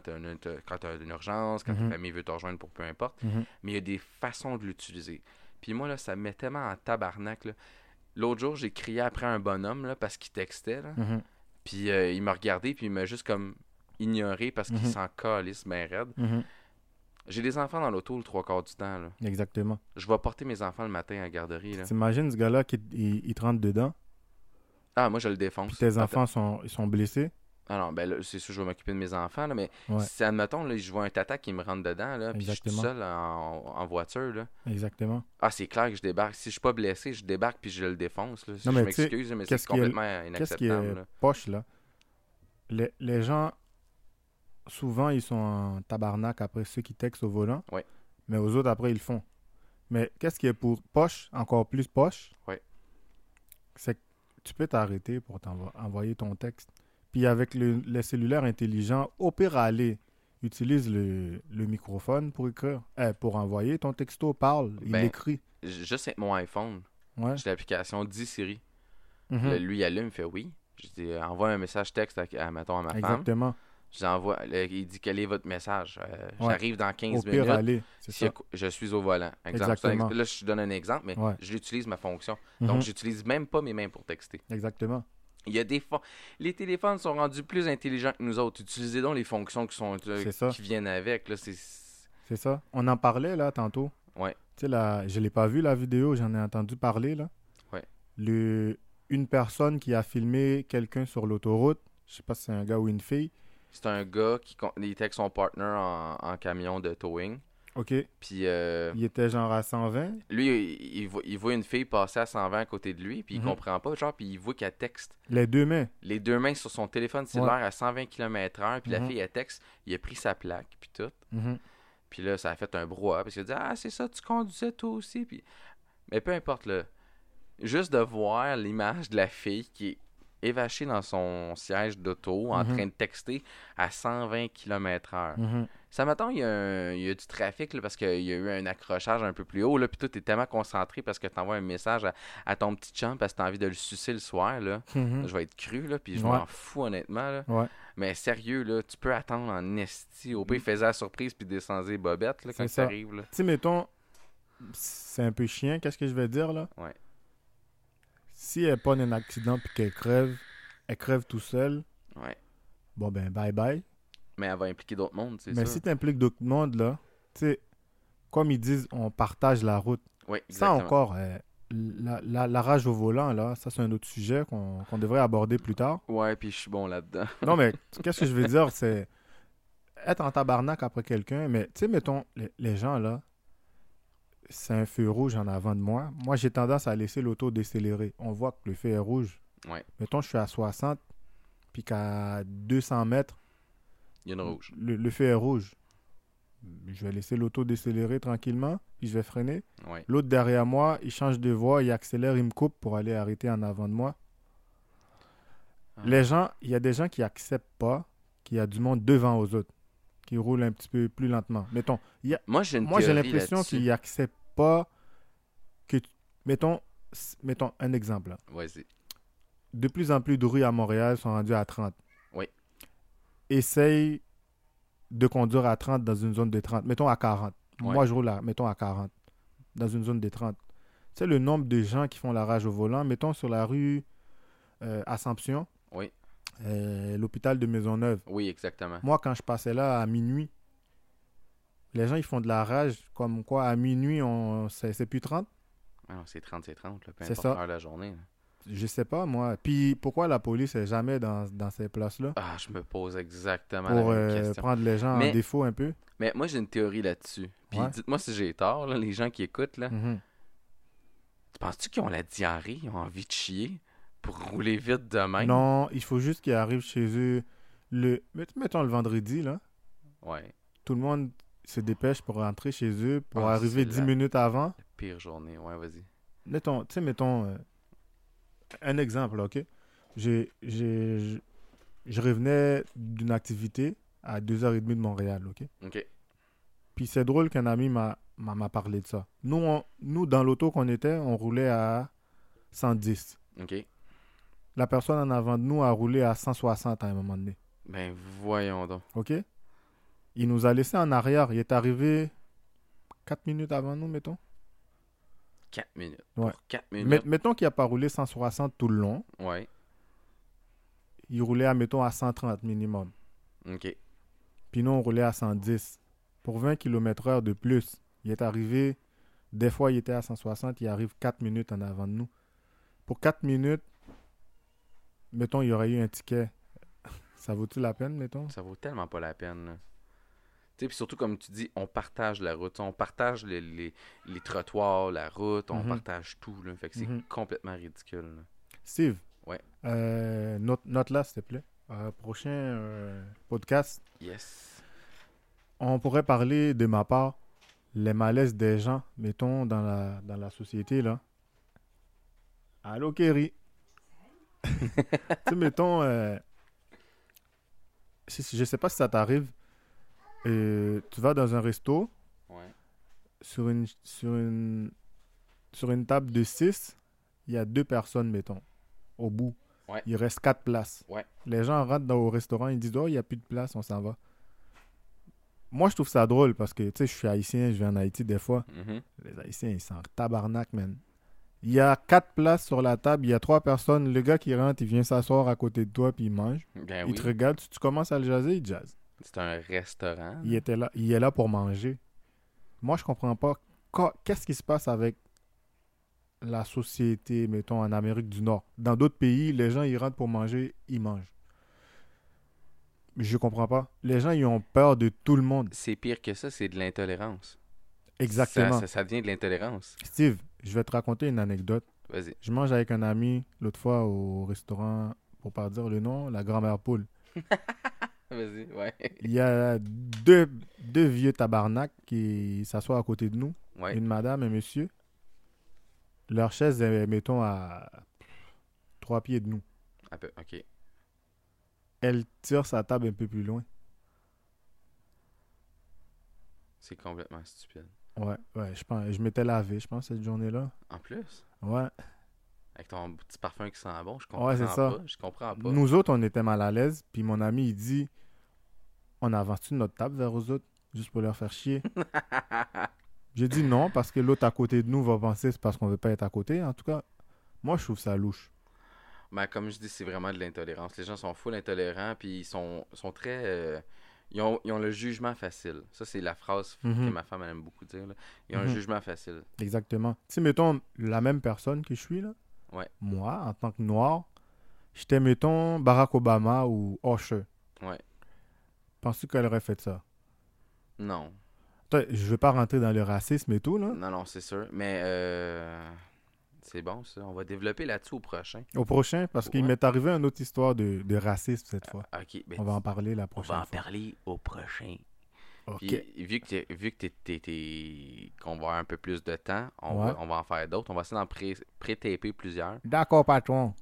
Speaker 2: tu as, une urgence, quand
Speaker 4: Mhm.
Speaker 2: ta famille veut te rejoindre pour peu importe.
Speaker 4: Mhm.
Speaker 2: Mais il y a des façons de l'utiliser. Puis moi, là, ça me met tellement en tabarnak. là. L'autre jour, j'ai crié après un bonhomme là, parce qu'il textait. là.
Speaker 4: Mhm.
Speaker 2: Puis euh, il m'a regardé, puis il m'a juste comme ignoré parce qu'il
Speaker 4: Mhm.
Speaker 2: s'en calisse bien raide.
Speaker 4: Mhm.
Speaker 2: J'ai des enfants dans l'auto le trois quarts du temps. là.
Speaker 4: Exactement.
Speaker 2: Je vais porter mes enfants le matin à la garderie. là.
Speaker 4: T'imagines ce gars-là qui il, il te rentre dedans,
Speaker 2: Ah, moi, je le
Speaker 4: Puis
Speaker 2: défonce.
Speaker 4: tes
Speaker 2: Ah,
Speaker 4: enfants sont, ils sont blessés.
Speaker 2: Alors, ben là, c'est sûr, je vais m'occuper de mes enfants, là, mais
Speaker 4: Ouais.
Speaker 2: si, admettons, là, je vois un tata qui me rentre dedans, là, puis je suis tout
Speaker 4: Exactement.
Speaker 2: seul en, en voiture, là.
Speaker 4: Exactement.
Speaker 2: Ah, c'est clair que je débarque. Si je suis pas blessé, je débarque puis je le défonce, là.
Speaker 4: Non,
Speaker 2: je
Speaker 4: mais tu sais,
Speaker 2: m'excuse, mais
Speaker 4: qu'est-ce
Speaker 2: c'est
Speaker 4: qui est-
Speaker 2: complètement
Speaker 4: Qu'est-ce qui est
Speaker 2: inacceptable, là.
Speaker 4: poche, là? Les, les gens, souvent, ils sont en tabarnak après ceux qui textent au volant.
Speaker 2: Ouais.
Speaker 4: Mais aux autres, après, ils le font. Mais qu'est-ce qui est pour poche, encore plus poche?
Speaker 2: Ouais.
Speaker 4: C'est que tu peux t'arrêter pour t'envo- envoyer ton texte. Puis avec le- les cellulaires intelligents, au pire, aller, utilise le, le microphone pour écrire. Eh, pour envoyer ton texto, parle, il
Speaker 2: Ben,
Speaker 4: écrit.
Speaker 2: J- Juste avec mon iPhone,
Speaker 4: Ouais.
Speaker 2: j'ai l'application D-Siri.
Speaker 4: Mhm.
Speaker 2: Là, lui, il allume, il fait oui. Je dis, euh, envoie un message texte à, à, mettons, à ma femme.
Speaker 4: Exactement.
Speaker 2: Je lui envoie, là, il dit, quel est votre message? Euh,
Speaker 4: Ouais.
Speaker 2: J'arrive dans 15
Speaker 4: Au pire,
Speaker 2: minutes.
Speaker 4: aller. C'est
Speaker 2: Si
Speaker 4: ça.
Speaker 2: je suis au volant. Exemple, c'est un ex-
Speaker 4: Exactement.
Speaker 2: Là, je donne un exemple, mais
Speaker 4: Ouais.
Speaker 2: je l'utilise ma fonction.
Speaker 4: Mhm.
Speaker 2: Donc, j'utilise même pas mes mains pour texter.
Speaker 4: Exactement.
Speaker 2: Il y a des fon- Les téléphones sont rendus plus intelligents que nous autres. Utilisez donc les fonctions qui, sont, euh,
Speaker 4: C'est ça.
Speaker 2: qui viennent avec. Là, c'est-
Speaker 4: C'est ça. On en parlait là tantôt.
Speaker 2: Ouais.
Speaker 4: Tu sais, la... je l'ai pas vu la vidéo, j'en ai entendu parler là.
Speaker 2: Ouais.
Speaker 4: Le... Une personne qui a filmé quelqu'un sur l'autoroute, je sais pas si c'est un gars ou une fille.
Speaker 2: C'est un gars qui con- il était avec son partner en, en camion de towing.
Speaker 4: Ok,
Speaker 2: Puis euh,
Speaker 4: il était genre à 120.
Speaker 2: lui, il, il voit, il voit une fille passer à 120 à côté de lui, puis il
Speaker 4: Mhm.
Speaker 2: comprend pas, genre, puis il voit qu'elle texte.
Speaker 4: Les deux mains.
Speaker 2: Les deux mains sur son téléphone cellulaire à 120 km/h, puis la
Speaker 4: Mhm.
Speaker 2: fille, elle texte. Il a pris sa plaque, puis tout.
Speaker 4: Mhm.
Speaker 2: Puis là, ça a fait un brouhaha, parce qu'il a dit Ah, c'est ça, tu conduisais toi aussi. Puis... Mais peu importe, là. Juste de voir l'image de la fille qui est évachée dans son siège d'auto en
Speaker 4: Mhm.
Speaker 2: train de texter à 120 km/h.
Speaker 4: Mhm.
Speaker 2: Ça m'attend, il, y a un- il y a du trafic là, parce qu'il y a eu un accrochage un peu plus haut. Là, puis toi, t'es tellement concentré parce que t'envoies un message à, à ton petit chum parce que t'as envie de le sucer le soir. Là.
Speaker 4: Mhm.
Speaker 2: Je vais être cru, là, puis je
Speaker 4: Ouais.
Speaker 2: m'en fous honnêtement. Là.
Speaker 4: Ouais.
Speaker 2: Mais sérieux, là, tu peux attendre en esti. Au pire, faisais la surprise puis descendais les bobettes là, quand
Speaker 4: Hmm. C'est ça.
Speaker 2: t'arrives. là.
Speaker 4: Tu sais, mettons, c'est un peu chien, qu'est-ce que je vais dire là
Speaker 2: Ouais.
Speaker 4: Si elle pas un accident puis qu'elle crève, elle crève tout seule.
Speaker 2: Ouais.
Speaker 4: Bon ben bye bye.
Speaker 2: Mais elle va impliquer d'autres mondes, c'est
Speaker 4: Mais
Speaker 2: ça.
Speaker 4: si tu impliques d'autres mondes, là, tu sais, comme ils disent, on partage la route.
Speaker 2: Oui,
Speaker 4: Ça encore, euh, la, la- la rage au volant, là, ça c'est un autre sujet qu'on qu'on devrait aborder plus tard.
Speaker 2: Ouais, puis je suis bon là-dedans. <laughs>
Speaker 4: Non, mais qu'est-ce que je veux dire, c'est être en tabarnak après quelqu'un, mais tu sais, mettons, les, les gens, là, c'est un feu rouge en avant de moi. Moi, j'ai tendance à laisser l'auto décélérer. On voit que le feu est rouge.
Speaker 2: Ouais.
Speaker 4: Mettons, je suis à 60, puis qu'à 200 mètres,
Speaker 2: Il y a une rouge.
Speaker 4: le, le feu est rouge. Je vais laisser l'auto décélérer tranquillement, puis je vais freiner.
Speaker 2: Ouais.
Speaker 4: L'autre derrière moi, il change de voie, il accélère, il me coupe pour aller arrêter en avant de moi.
Speaker 2: Ah.
Speaker 4: Les gens, il y a des gens qui acceptent pas qu'il y a du monde devant aux autres, qui roulent un petit peu plus lentement. Mettons, il y a-
Speaker 2: Moi, j'ai une
Speaker 4: moi j'ai
Speaker 2: théorie
Speaker 4: l'impression
Speaker 2: là-dessus.
Speaker 4: qu'ils acceptent pas que, tu- mettons, s- mettons un exemple. là.
Speaker 2: Vas-y.
Speaker 4: De plus en plus de rues à Montréal sont rendues à 30.
Speaker 2: Oui.
Speaker 4: Essaye de conduire à 30 dans une zone de 30. Mettons à 40.
Speaker 2: Ouais.
Speaker 4: Moi, je roule à, mettons à 40, dans une zone de 30. Tu sais, le nombre de gens qui font la rage au volant, mettons sur la rue euh, Assomption,
Speaker 2: Oui.
Speaker 4: euh, l'hôpital de Maisonneuve.
Speaker 2: Oui, exactement.
Speaker 4: Moi, quand je passais là à minuit, les gens, ils font de la rage comme quoi à minuit, on c'est c'est plus 30.
Speaker 2: Ah non, c'est 30, c'est 30, là, peu
Speaker 4: C'est
Speaker 2: importe
Speaker 4: ça.
Speaker 2: l'heure de la journée. là.
Speaker 4: Je sais pas, moi. Puis pourquoi la police est jamais dans, dans ces places-là
Speaker 2: Ah, je me pose exactement
Speaker 4: pour
Speaker 2: la même
Speaker 4: euh,
Speaker 2: question.
Speaker 4: prendre les gens
Speaker 2: Mais-
Speaker 4: en défaut
Speaker 2: <laughs>
Speaker 4: un peu
Speaker 2: Mais moi, j'ai une théorie là-dessus. Puis
Speaker 4: Ouais.
Speaker 2: dites-moi si j'ai tort, là, les gens qui écoutent, là.
Speaker 4: Mhm.
Speaker 2: Tu penses-tu qu'ils ont la diarrhée, ils ont envie de chier pour rouler vite demain?
Speaker 4: Non, il faut juste qu'ils arrivent chez eux le met- mettons le vendredi là,
Speaker 2: Ouais,
Speaker 4: tout le monde se dépêche pour rentrer chez eux pour
Speaker 2: Ah,
Speaker 4: arriver
Speaker 2: c'est
Speaker 4: 10
Speaker 2: la-
Speaker 4: minutes avant.
Speaker 2: la pire journée. Ouais, vas-y.
Speaker 4: Mettons, tu sais mettons euh, un exemple, là, OK J'ai j'ai- je- je revenais d'une activité à 2h30 de Montréal, OK
Speaker 2: OK.
Speaker 4: Puis c'est drôle qu'un ami m'a m'a m'a parlé de ça. Nous on- nous dans l'auto qu'on était, on roulait à 110.
Speaker 2: OK.
Speaker 4: La personne en avant de nous a roulé à 160 à un moment donné.
Speaker 2: Ben, voyons donc.
Speaker 4: OK? Il nous a laissé en arrière. Il est arrivé 4 minutes avant nous, mettons.
Speaker 2: 4 minutes.
Speaker 4: Ouais.
Speaker 2: Pour 4
Speaker 4: Mais,
Speaker 2: minutes.
Speaker 4: mettons qu'il n'a pas roulé 160 tout le long.
Speaker 2: Ouais.
Speaker 4: Il roulait, à, mettons, à 130 minimum.
Speaker 2: OK.
Speaker 4: Puis nous, on roulait à 110. Pour 20 km/h de plus, il est arrivé. Des fois, il était à 160. Il arrive 4 minutes en avant de nous. Pour 4 minutes, mettons, il y aurait eu un ticket, <laughs> ça vaut-il la peine, mettons?
Speaker 2: Ça vaut tellement pas la peine. là. Tu sais, puis surtout, comme tu dis, on partage la route. On partage les, les, les trottoirs, la route, on
Speaker 4: Mhm.
Speaker 2: partage tout. Là. Fait que c'est
Speaker 4: Mhm.
Speaker 2: complètement ridicule. là.
Speaker 4: Steve.
Speaker 2: Ouais.
Speaker 4: Euh, note, note là, s'il te plaît. Euh, prochain euh, podcast,
Speaker 2: Yes.
Speaker 4: on pourrait parler de ma part les malaises des gens, mettons, dans la, dans la société, là. Allô, Kerry. tu sais, mettons, euh, si- si- je sais pas si ça t'arrive, euh, tu vas dans un resto,
Speaker 2: Ouais.
Speaker 4: sur une, sur une, sur une table de 6, il y a deux personnes, mettons, au bout.
Speaker 2: Ouais.
Speaker 4: Il reste quatre places.
Speaker 2: Ouais.
Speaker 4: Les gens rentrent dans, au restaurant, ils disent Oh, il n'y a plus de place, on s'en va. Moi, je trouve ça drôle parce que, tu sais, je suis haïtien, je vais en Haïti des fois.
Speaker 2: Mhm.
Speaker 4: Les haïtiens, ils sont en tabarnak, man. Il y a quatre places sur la table, il y a trois personnes. Le gars qui rentre, il vient s'asseoir à côté de toi, puis il mange.
Speaker 2: Ben
Speaker 4: il
Speaker 2: oui.
Speaker 4: te regarde, tu, tu commences à le jaser, il jase.
Speaker 2: C'est un restaurant.
Speaker 4: Il, était là, il est là pour manger. Moi, je comprends pas Qu- qu'est-ce qui se passe avec la société, mettons, en Amérique du Nord. Dans d'autres pays, les gens, ils rentrent pour manger, ils mangent. Je comprends pas. Les gens, ils ont peur de tout le monde.
Speaker 2: C'est pire que ça, c'est de l'intolérance.
Speaker 4: Exactement.
Speaker 2: Ça, ça, ça devient de l'intolérance.
Speaker 4: Steve, je vais te raconter une anecdote.
Speaker 2: Vas-y.
Speaker 4: Je mange avec un ami l'autre fois au restaurant, pour pas dire le nom, la grand-mère poule.
Speaker 2: Vas-y, ouais.
Speaker 4: Il y a deux, deux vieux tabarnak qui s'assoient à côté de nous.
Speaker 2: Ouais.
Speaker 4: une madame, un monsieur, leur chaise est, mettons, à trois pieds de nous.
Speaker 2: Un peu. OK.
Speaker 4: Elle tire sa table un peu plus loin.
Speaker 2: C'est complètement stupide.
Speaker 4: Ouais, ouais, je pense. Je m'étais lavé, je pense, cette journée-là.
Speaker 2: En plus,
Speaker 4: Ouais.
Speaker 2: avec ton petit parfum qui sent bon, je comprends
Speaker 4: Ouais, c'est ça.
Speaker 2: pas. Je comprends pas.
Speaker 4: Nous autres, on était mal à l'aise, puis mon ami, il dit On avance-tu notre table vers aux autres, juste pour leur faire chier J'ai dit non, parce que l'autre à côté de nous va penser c'est parce qu'on veut pas être à côté. En tout cas, moi, je trouve ça louche.
Speaker 2: Mais comme je dis, c'est vraiment de l'intolérance. Les gens sont full intolérants, puis ils sont, sont très. euh, ils, ont, ils ont le jugement facile. Ça, c'est la phrase
Speaker 4: Mhm.
Speaker 2: que ma femme elle aime beaucoup dire. là. Ils ont
Speaker 4: Mhm.
Speaker 2: un jugement facile.
Speaker 4: Exactement. Tu sais, mettons, la même personne que je suis, là.
Speaker 2: Ouais.
Speaker 4: Moi, en tant que noir, j'étais, mettons, Barack Obama ou Oshe.
Speaker 2: Ouais.
Speaker 4: Penses-tu qu'elle aurait fait ça?
Speaker 2: Non.
Speaker 4: Attends, je veux pas rentrer dans le racisme et tout, là.
Speaker 2: Non, non, c'est sûr. Mais euh, c'est bon, ça. On va développer là-dessus au prochain.
Speaker 4: Au prochain, parce qu'il
Speaker 2: Ouais.
Speaker 4: m'est arrivé une autre histoire de, de racisme cette fois.
Speaker 2: OK. ben,
Speaker 4: On va en parler la
Speaker 2: on
Speaker 4: prochaine
Speaker 2: va en
Speaker 4: fois.
Speaker 2: parler au prochain.
Speaker 4: OK.
Speaker 2: Puis, vu que t'es- vu que t'es- t'es- t'es- qu'on va avoir un peu plus de temps, on,
Speaker 4: Ouais.
Speaker 2: va, on va en faire d'autres. On va essayer d'en pré- pré-taper plusieurs. <laughs>
Speaker 4: D'accord, patron.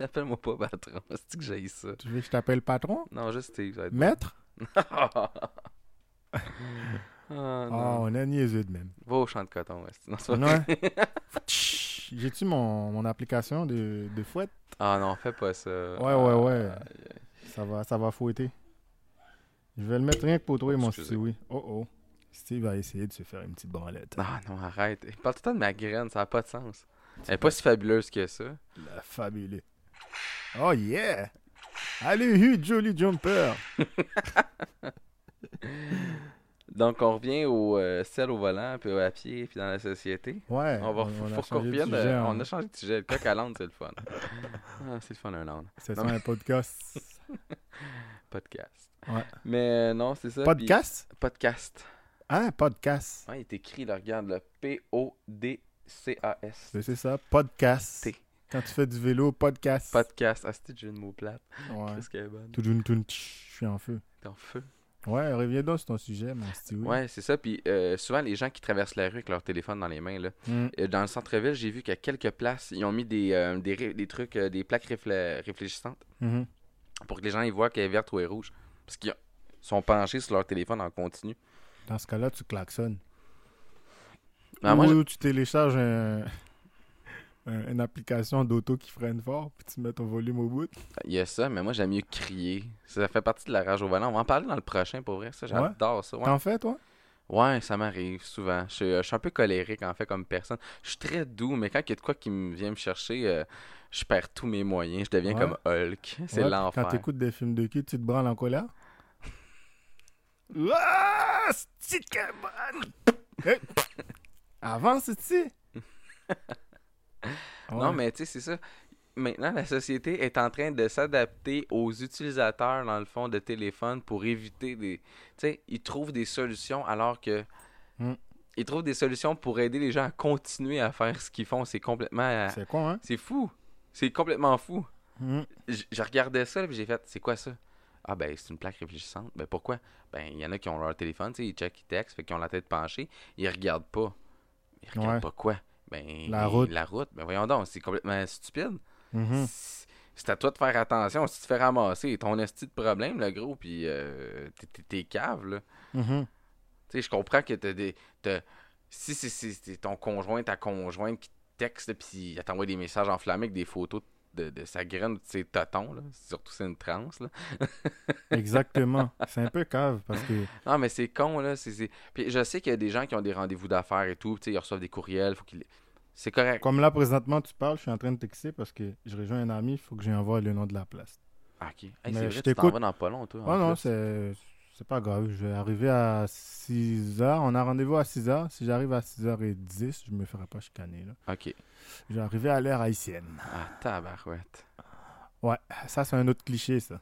Speaker 2: Appelle-moi pas <laughs> patron. C'est que j'ai ça.
Speaker 4: Tu veux que je t'appelle patron?
Speaker 2: Non, juste Steve. ça va être <laughs>
Speaker 4: Maître?
Speaker 2: Ah
Speaker 4: Ah,
Speaker 2: non.
Speaker 4: on est niaiseux de
Speaker 2: <laughs>
Speaker 4: même.
Speaker 2: Va au champ de coton, ouais. Non, c'est pas-
Speaker 4: Ouais. Tch, J'ai-tu mon, mon application de, de fouette?
Speaker 2: Ah non, fais pas ça. Ah,
Speaker 4: Ouais, ouais,
Speaker 2: euh,
Speaker 4: ouais. Ça va, ça va fouetter. Je vais le mettre rien que pour trouver mon
Speaker 2: Excusez.
Speaker 4: Steve. Oui. Oh oh. Steve va essayer de se faire une petite branlette.
Speaker 2: Non, non, arrête. Il parle tout le temps de ma graine, ça n'a pas de sens. Elle est pas si fabuleuse que ça.
Speaker 4: La fabulée. Oh yeah! Allez, hu, jolly jumper!
Speaker 2: Donc, on revient au euh, sel au volant, puis à pied, puis dans la société.
Speaker 4: Ouais.
Speaker 2: On va
Speaker 4: a
Speaker 2: faut qu'on
Speaker 4: changé de
Speaker 2: revienne,
Speaker 4: sujet,
Speaker 2: euh,
Speaker 4: hein.
Speaker 2: On a changé de sujet. Le coq à l'âne, c'est le fun. <laughs> Ah, c'est le fun, un âne.
Speaker 4: C'est
Speaker 2: Non,
Speaker 4: sur un
Speaker 2: <laughs>
Speaker 4: podcast.
Speaker 2: Podcast.
Speaker 4: Ouais.
Speaker 2: Mais euh, non, c'est ça. puis-
Speaker 4: podcast?
Speaker 2: Podcast.
Speaker 4: Hein, podcast.
Speaker 2: Ouais, il est écrit, là, regarde, le P-O-D-C-A-S.
Speaker 4: C'est- C'est ça, podcast.
Speaker 2: T.
Speaker 4: Quand tu fais du vélo, podcast.
Speaker 2: Podcast. Ah, c'était j'ai une mot plate.
Speaker 4: Ouais.
Speaker 2: Qu'est-ce qu'elle est bonne.
Speaker 4: Tout d'une toune, tch, je suis en feu.
Speaker 2: T'es en feu.
Speaker 4: Ouais, reviens donc sur ton sujet, mon Steve.
Speaker 2: Ouais, c'est ça. Puis euh, souvent, les gens qui traversent la rue avec leur téléphone dans les mains, là,
Speaker 4: Mm.
Speaker 2: euh, dans le centre-ville, j'ai vu qu'à quelques places, ils ont mis des, euh, des, ré- des trucs, euh, des plaques réflé- réfléchissantes
Speaker 4: Mhm.
Speaker 2: pour que les gens ils voient qu'elle est verte ou elle est rouge. Parce qu'ils ont- sont penchés sur leur téléphone en continu.
Speaker 4: Dans ce cas-là, tu klaxonnes.
Speaker 2: Ah, moi,
Speaker 4: ou
Speaker 2: je-
Speaker 4: tu télécharges un- <laughs> un- une application d'auto qui freine fort, puis tu mets ton volume au bout.
Speaker 2: il y a ça, mais moi, j'aime mieux crier. Ça fait partie de la rage au volant. On va en parler dans le prochain, pour vrai. Ça, j'adore ça. Ouais.
Speaker 4: T'en fais, toi?
Speaker 2: Ouais, ça m'arrive souvent. Je suis, euh, je suis un peu colérique en fait comme personne. Je suis très doux, mais quand il y a de quoi qui me vient me chercher, euh, je perds tous mes moyens. Je deviens
Speaker 4: Ouais.
Speaker 2: comme Hulk. C'est
Speaker 4: Ouais, puis
Speaker 2: l'enfer.
Speaker 4: Quand t'écoutes des films de cul, tu te branles en colère? Ah, c'est bonne! Hey!
Speaker 2: <laughs>
Speaker 4: Avance, c'est
Speaker 2: Non, mais tu sais, c'est ça. maintenant, la société est en train de s'adapter aux utilisateurs, dans le fond, de téléphone pour éviter des. Tu sais, ils trouvent des solutions alors que.
Speaker 4: Mm.
Speaker 2: Ils trouvent des solutions pour aider les gens à continuer à faire ce qu'ils font. C'est complètement. euh,
Speaker 4: C'est con, hein?
Speaker 2: C'est fou. C'est complètement fou.
Speaker 4: Mm.
Speaker 2: <laughs> J- Je regardais ça, puis j'ai fait c'est quoi ça Ah, ben, c'est une plaque réfléchissante. Ben, pourquoi Ben, il y en a qui ont leur téléphone, tu sais, ils checkent, ils textent, fait qu'ils ont la tête penchée. Ils regardent pas. Ils regardent
Speaker 4: Ouais.
Speaker 2: pas quoi Ben,
Speaker 4: La route.
Speaker 2: La route. Ben, voyons donc, c'est complètement stupide.
Speaker 4: Mhm.
Speaker 2: C'est- C'est à toi de faire attention. Si tu te fais ramasser, ton esti de problème, le gros, puis euh, t'es- t'es- t'es cave, là.
Speaker 4: Mhm.
Speaker 2: Tu sais, je comprends que t'as des. t'as- Si c'est si, c'est ton conjoint, ta conjointe qui te texte, puis elle t'envoie des messages enflammés avec des photos de, de sa graine, de ses totons, là. Surtout c'est une transe, là.
Speaker 4: Exactement. C'est un peu cave parce que.
Speaker 2: Non, mais c'est con, là. c'est c'est- Puis je sais qu'il y a des gens qui ont des rendez-vous d'affaires et tout, tu sais, ils reçoivent des courriels, faut qu'ils. C'est correct.
Speaker 4: Comme là, présentement, tu parles, je suis en train de texter parce que je rejoins un ami, il faut que j'envoie le nom de la place.
Speaker 2: Ah, ok. Hey, c'est
Speaker 4: Mais
Speaker 2: vrai,
Speaker 4: je
Speaker 2: tu
Speaker 4: t'écoute.
Speaker 2: t'en vas dans pas long, toi. en
Speaker 4: Ah non,
Speaker 2: plus.
Speaker 4: c'est c'est pas grave. Je vais arriver à 6h. On a rendez-vous à 6h. Si j'arrive à 6h10, je me ferai pas chicaner. Là.
Speaker 2: Ok.
Speaker 4: Je vais arriver à l'heure haïtienne.
Speaker 2: Ah, tabarouette.
Speaker 4: Ouais, ça, c'est un autre cliché, ça.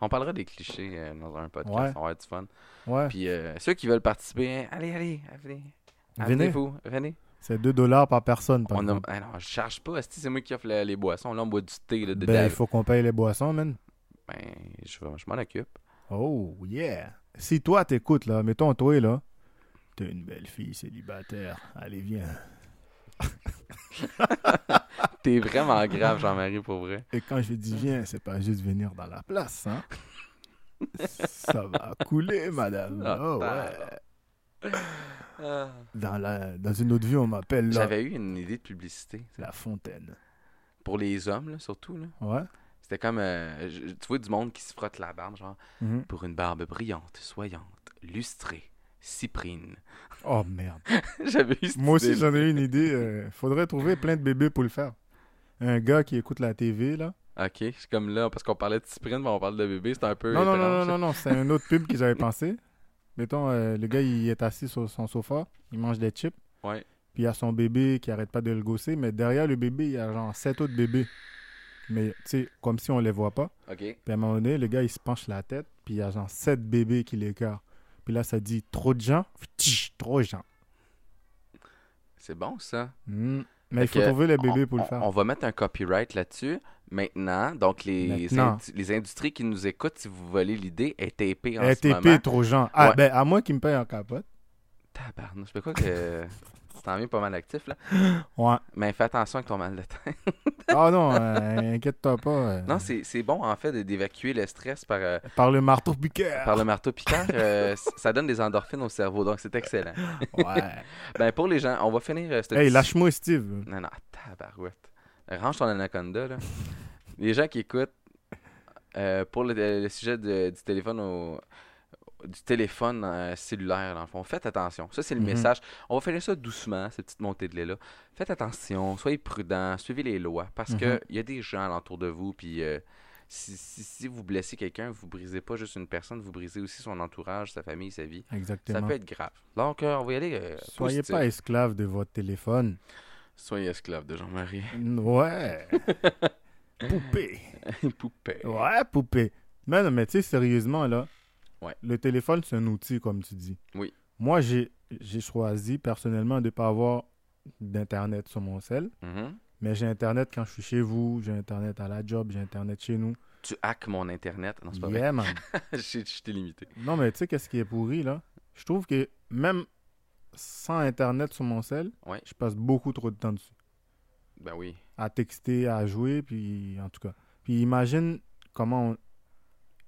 Speaker 2: On parlera des clichés euh, dans un podcast.
Speaker 4: Ouais.
Speaker 2: Ça va être du fun.
Speaker 4: Ouais,
Speaker 2: Puis euh, ceux qui veulent participer, hein, allez, allez, venez.
Speaker 4: venez.
Speaker 2: Venez-vous, venez.
Speaker 4: C'est 2 dollars par personne. Par
Speaker 2: On a...
Speaker 4: exemple.
Speaker 2: Ah non, je charge pas. esti, C'est moi qui offre la- les boissons. Là, on boit du thé. Là, de
Speaker 4: Ben,
Speaker 2: la-
Speaker 4: il faut qu'on paye les boissons, man.
Speaker 2: Ben, je, vais- je m'en occupe.
Speaker 4: Oh, yeah. Si toi, t'écoutes, là, mettons, toi, là, t'es une belle fille célibataire. Allez, viens.
Speaker 2: T'es vraiment grave, Jean-Marie, pour vrai.
Speaker 4: Et quand je dis viens, c'est pas juste venir dans la
Speaker 2: <laughs>
Speaker 4: place, hein. ça va couler, madame.
Speaker 2: Ah,
Speaker 4: Oh,
Speaker 2: bah.
Speaker 4: ouais. Dans, la, dans une autre vie, on m'appelle la,
Speaker 2: J'avais eu une idée de publicité.
Speaker 4: la fontaine.
Speaker 2: Pour les hommes, là, surtout. Là.
Speaker 4: Ouais.
Speaker 2: C'était comme, euh, je- tu vois, du monde qui se frotte la barbe, genre, pour une barbe brillante, soyante, lustrée, cyprine. <laughs>
Speaker 4: Oh merde.
Speaker 2: J'avais eu cette
Speaker 4: Moi aussi,
Speaker 2: idée-là.
Speaker 4: j'en ai une idée. euh, faudrait trouver plein de bébés pour le faire. Un gars qui écoute la TV, là.
Speaker 2: Ok, je suis comme là, parce qu'on parlait de cyprine, mais on parle de bébé, c'est un peu.
Speaker 4: Non, non,
Speaker 2: étrange,
Speaker 4: non, non,
Speaker 2: Euh, ça.
Speaker 4: non, non, c'est un autre pub
Speaker 2: <laughs>
Speaker 4: que j'avais pensé. Mettons, euh, le gars, il est assis sur son sofa, il mange des chips.
Speaker 2: Ouais.
Speaker 4: Puis il y a son bébé qui arrête pas de le gosser, mais derrière le bébé, il y a genre sept autres bébés. Mais tu sais, comme si on les voit pas.
Speaker 2: Ok.
Speaker 4: Puis à un moment donné, le gars, il se penche la tête, puis il y a genre sept bébés qui l'écartent. Puis là, ça dit trop de gens, Ptch, trop de gens.
Speaker 2: C'est bon, ça.
Speaker 4: Hmm. Mais il
Speaker 2: Fait
Speaker 4: faut
Speaker 2: que
Speaker 4: trouver les bébés pour le
Speaker 2: on-
Speaker 4: faire.
Speaker 2: On va mettre un copyright là-dessus. Maintenant, donc les,
Speaker 4: Maintenant.
Speaker 2: indi- les industries qui nous écoutent, si vous volez l'idée, est tapée en ce
Speaker 4: ATP,
Speaker 2: moment.
Speaker 4: Eh, trop de gens. Ah,
Speaker 2: Ouais.
Speaker 4: ben, à moins qu'il me paye en capote.
Speaker 2: Tabarnouche, je sais pas que <laughs> tu t'en viens pas mal actif là.
Speaker 4: Ouais.
Speaker 2: Mais fais attention avec ton mal de tête.
Speaker 4: Ah non, euh, inquiète-toi pas. euh,
Speaker 2: Non, c'est c'est bon en fait de- d'évacuer le stress par, euh,
Speaker 4: Par le marteau piqueur.
Speaker 2: par le marteau piquant. euh, <laughs> c- ça donne des endorphines au cerveau, donc c'est excellent.
Speaker 4: <laughs> Ouais.
Speaker 2: Ben pour les gens, on va finir euh, cette
Speaker 4: hey,
Speaker 2: petite-
Speaker 4: lâche-moi, Steve.
Speaker 2: Non, non, tabarouette. Range ton anaconda, là. Les gens qui écoutent, euh, pour le, le sujet de- du téléphone au- du téléphone euh, cellulaire, dans le fond, faites attention. Ça, c'est le
Speaker 4: Mhm.
Speaker 2: message. On va faire ça doucement, cette petite montée de lait-là. Faites attention, soyez prudents, suivez les lois, parce
Speaker 4: Mhm.
Speaker 2: que il y a des gens alentour de vous, puis... euh, si, si- si vous blessez quelqu'un, vous brisez pas juste une personne, vous brisez aussi son entourage, sa famille, sa vie. Ça
Speaker 4: Exactement.
Speaker 2: peut être grave. Donc, euh, on va y aller. euh,
Speaker 4: Soyez
Speaker 2: positif.
Speaker 4: pas esclave de votre téléphone.
Speaker 2: Soyez esclave de
Speaker 4: <laughs>
Speaker 2: Jean-Marie. <laughs>
Speaker 4: Ouais. poupée.
Speaker 2: Poupée.
Speaker 4: Ouais, poupée. Mais non, mais tu sais, sérieusement, là,
Speaker 2: Ouais.
Speaker 4: le téléphone, c'est un outil, comme tu dis.
Speaker 2: Oui.
Speaker 4: Moi, j'ai j'ai choisi personnellement de ne pas avoir d'Internet sur mon cell.
Speaker 2: Mhm.
Speaker 4: Mais j'ai Internet quand je suis chez vous, j'ai Internet à la job, j'ai Internet chez nous.
Speaker 2: Tu hackes mon internet. Non, c'est pas
Speaker 4: Yeah, man.
Speaker 2: <laughs> vrai. Je je t'ai limité.
Speaker 4: Non, mais tu sais, qu'est-ce qui est pourri, là? Je trouve que même sans Internet sur mon cell,
Speaker 2: Ouais.
Speaker 4: je passe beaucoup trop de temps dessus.
Speaker 2: Ben oui.
Speaker 4: À texter, à jouer, puis en tout cas. Puis imagine comment on...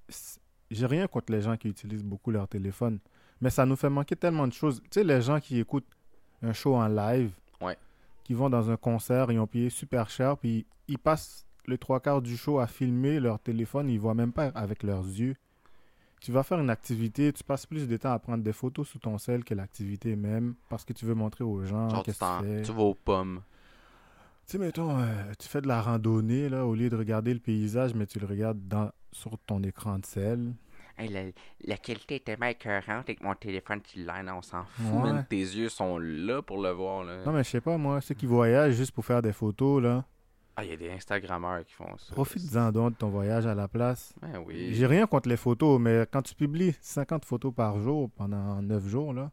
Speaker 4: S- J'ai rien contre les gens qui utilisent beaucoup leur téléphone, mais ça nous fait manquer tellement de choses. Tu sais, les gens qui écoutent un show en live,
Speaker 2: Ouais.
Speaker 4: qui vont dans un concert, ils ont payé super cher, puis ils passent le trois quarts du show à filmer leur téléphone, ils voient même pas avec leurs yeux. Tu vas faire une activité, tu passes plus de temps à prendre des photos sous ton sel que l'activité même, parce que tu veux montrer aux gens
Speaker 2: Genre, tu,
Speaker 4: Ah, qu'est-ce que
Speaker 2: t'en-
Speaker 4: tu fais.
Speaker 2: tu vas aux pommes.
Speaker 4: Tu sais, mettons, euh, tu fais de la randonnée, là, au lieu de regarder le paysage, mais tu le regardes dans, sur ton écran de sel.
Speaker 5: Hey, la, la qualité était tellement écœurante avec mon téléphone cellulaire, non, on s'en fout.
Speaker 2: Fou, man,
Speaker 4: Ouais.
Speaker 2: tes yeux sont là pour le voir. Là.
Speaker 4: Non, mais je sais pas, moi, ceux qui voyagent juste pour faire des photos, là,
Speaker 2: Ah, il y a des Instagrammeurs qui font ça.
Speaker 4: Profite-en donc de ton voyage à la place.
Speaker 2: Ben oui.
Speaker 4: J'ai rien contre les photos, mais quand tu publies 50 photos par jour pendant 9 jours, là,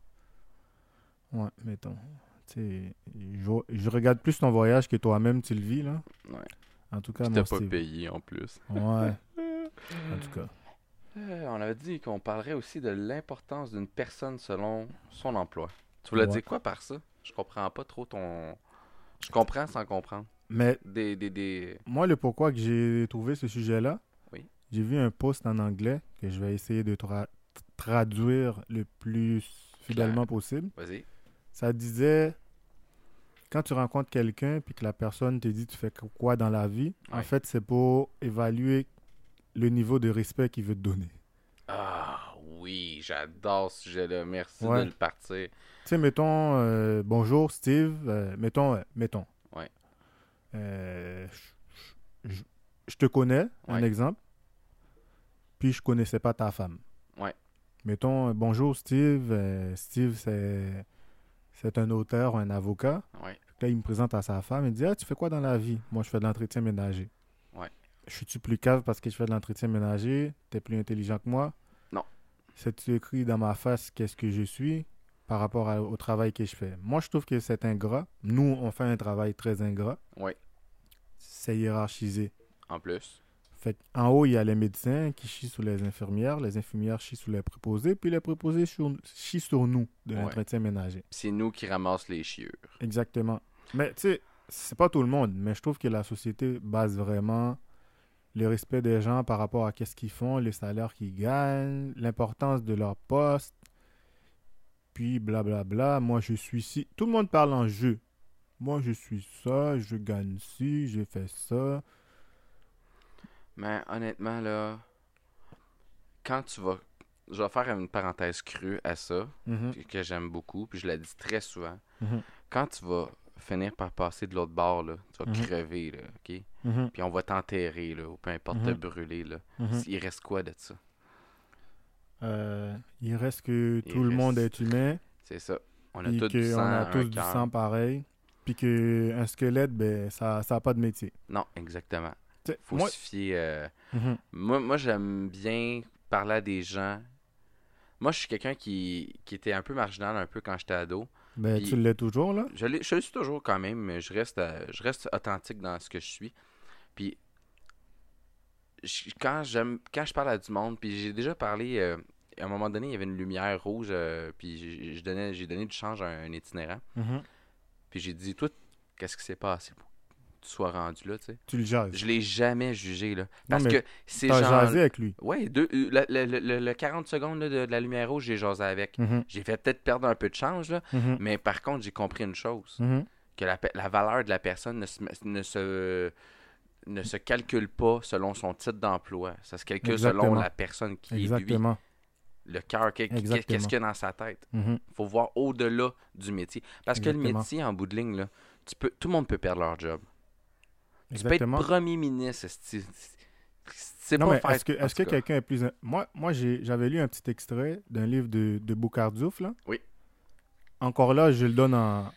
Speaker 4: ouais, mettons. Tu sais, je, je regarde plus ton voyage que toi-même, tu le vis, là.
Speaker 2: Ouais.
Speaker 4: En tout cas,
Speaker 2: Puis
Speaker 4: mon
Speaker 2: T'as pas
Speaker 4: Steve.
Speaker 2: payé en plus.
Speaker 4: Ouais. en tout cas.
Speaker 2: Euh, on avait dit qu'on parlerait aussi de l'importance d'une personne selon son emploi. Tu voulais
Speaker 4: Ouais.
Speaker 2: dire quoi par ça? Je comprends pas trop ton. Je comprends sans comprendre.
Speaker 4: Mais
Speaker 2: Des. des, des...
Speaker 4: moi, le pourquoi que j'ai trouvé ce sujet-là,
Speaker 2: Oui.
Speaker 4: j'ai vu un post en anglais que je vais essayer de tra- traduire le plus fidèlement possible.
Speaker 2: Vas-y.
Speaker 4: Ça disait quand tu rencontres quelqu'un puis que la personne te dit tu fais quoi dans la vie, en
Speaker 2: Ouais.
Speaker 4: fait, c'est pour évaluer le niveau de respect qu'il veut te donner.
Speaker 2: Ah oui, j'adore ce sujet-là. Merci
Speaker 4: Ouais.
Speaker 2: de le partir.
Speaker 4: Tu sais, mettons, euh, bonjour Steve, euh, mettons, euh, mettons.
Speaker 2: Ouais.
Speaker 4: Euh, je- je je te connais, un
Speaker 2: Ouais.
Speaker 4: exemple, puis je connaissais pas ta femme.
Speaker 2: Ouais.
Speaker 4: Mettons, euh, bonjour Steve, euh, Steve c'est c'est un auteur, un avocat.
Speaker 2: Ouais.
Speaker 4: Puis Là, il me présente à sa femme, il dit, ah, tu fais quoi dans la vie? Moi, je fais de l'entretien ménager.
Speaker 2: Ouais.
Speaker 4: Je suis-tu plus cave parce que je fais de l'entretien ménager? T'es plus intelligent que moi?
Speaker 2: Non.
Speaker 4: C'est-tu écrit dans ma face qu'est-ce que je suis? par rapport à- au travail que je fais. Moi, je trouve que c'est ingrat. Nous, on fait un travail très ingrat.
Speaker 2: Ouais.
Speaker 4: C'est hiérarchisé.
Speaker 2: En plus.
Speaker 4: Fait en haut, il y a les médecins qui chient sur les infirmières, les infirmières chient sur les préposés, puis les préposés sur- chient sur nous de
Speaker 2: Ouais.
Speaker 4: l'entretien ménager.
Speaker 2: Puis C'est nous qui ramassent les chiures.
Speaker 4: Exactement. Mais tu sais, c'est pas tout le monde, mais je trouve que la société base vraiment le respect des gens par rapport à qu'est-ce qu'ils font, le salaire qu'ils gagnent, l'importance de leur poste, puis blablabla. Moi, je suis ci. Tout le monde parle en jeu. Moi, je suis ça, je gagne ci, j'ai fait ça.
Speaker 2: Mais honnêtement, là. Quand tu vas. Je vais faire une parenthèse crue à ça.
Speaker 4: Mhm.
Speaker 2: que- que j'aime beaucoup, puis je la dis très souvent.
Speaker 4: Mhm.
Speaker 2: Quand tu vas finir par passer de l'autre bord, là, tu vas
Speaker 4: Mhm.
Speaker 2: crever, là, OK?
Speaker 4: Mhm.
Speaker 2: Puis on va t'enterrer, là, ou peu importe,
Speaker 4: Mhm.
Speaker 2: te brûler, là.
Speaker 4: Mhm.
Speaker 2: Il reste quoi de ça?
Speaker 4: Euh, il reste que
Speaker 2: Il
Speaker 4: tout le monde
Speaker 2: reste-
Speaker 4: est humain.
Speaker 2: C'est ça. On a
Speaker 4: puis
Speaker 2: tous du
Speaker 4: qu'on
Speaker 2: sang,
Speaker 4: a
Speaker 2: un
Speaker 4: tous du
Speaker 2: cœur.
Speaker 4: sang pareil, puis qu'un squelette, ben, ça n'a pas de métier.
Speaker 2: Non, exactement.
Speaker 4: Tu sais,
Speaker 2: Faut
Speaker 4: moi-
Speaker 2: se fier... euh,
Speaker 4: Mhm.
Speaker 2: Moi, moi j'aime bien parler à des gens... Moi, je suis quelqu'un qui, qui était un peu marginal un peu quand j'étais ado.
Speaker 4: Ben,
Speaker 2: Puis-
Speaker 4: tu l'es toujours, là.
Speaker 2: Je, l'ai- je le suis toujours quand même, mais je reste, euh, je reste authentique dans ce que je suis. Puis, je- quand, j'aime, quand je parle à du monde, puis j'ai déjà parlé, euh, à un moment donné, il y avait une lumière rouge, euh, puis j'ai- je donnais, j'ai donné du change à un itinérant. Puis j'ai dit, toi, qu'est-ce qui s'est passé pour que tu sois rendu là, tu sais?
Speaker 4: Tu le jases.
Speaker 2: Je l'ai jamais jugé, là. Parce
Speaker 4: mais
Speaker 2: que ces
Speaker 4: T'as
Speaker 2: gens.
Speaker 4: jasé avec lui.
Speaker 2: Ouais, deux, euh, la- la- la- la- le 40 secondes là, de, de la lumière rouge, j'ai jasé avec.
Speaker 4: Mhm,
Speaker 2: J'ai fait peut-être perdre un peu de change, là,
Speaker 4: mhm,
Speaker 2: mais par contre, j'ai compris une chose
Speaker 4: mhm.
Speaker 2: que la, pe- la valeur de la personne ne se, ne se, ne se calcule pas selon son titre d'emploi. Ça se calcule selon
Speaker 4: Exactement.
Speaker 2: la personne qui
Speaker 4: Exactement.
Speaker 2: est lui, le cœur, qu'est- qu'est-
Speaker 4: Exactement.
Speaker 2: qu'est-ce qu'il y a dans sa tête.
Speaker 4: Mhm.
Speaker 2: faut voir au-delà du métier. Parce que le
Speaker 4: Exactement.
Speaker 2: métier, en bout de ligne, là, tu peux, tout le monde peut perdre leur job. Tu
Speaker 4: Exactement.
Speaker 2: peux être premier ministre. esti- esti- C'est
Speaker 4: Non,
Speaker 2: pas
Speaker 4: mais
Speaker 2: faire-
Speaker 4: est-ce que,
Speaker 2: en
Speaker 4: est-ce que
Speaker 2: tout cas.
Speaker 4: quelqu'un est plus. in- Moi, moi j'ai- j'avais lu un petit extrait d'un livre de, de Boucardiouf, là.
Speaker 2: Oui.
Speaker 4: Encore là, je le donne en.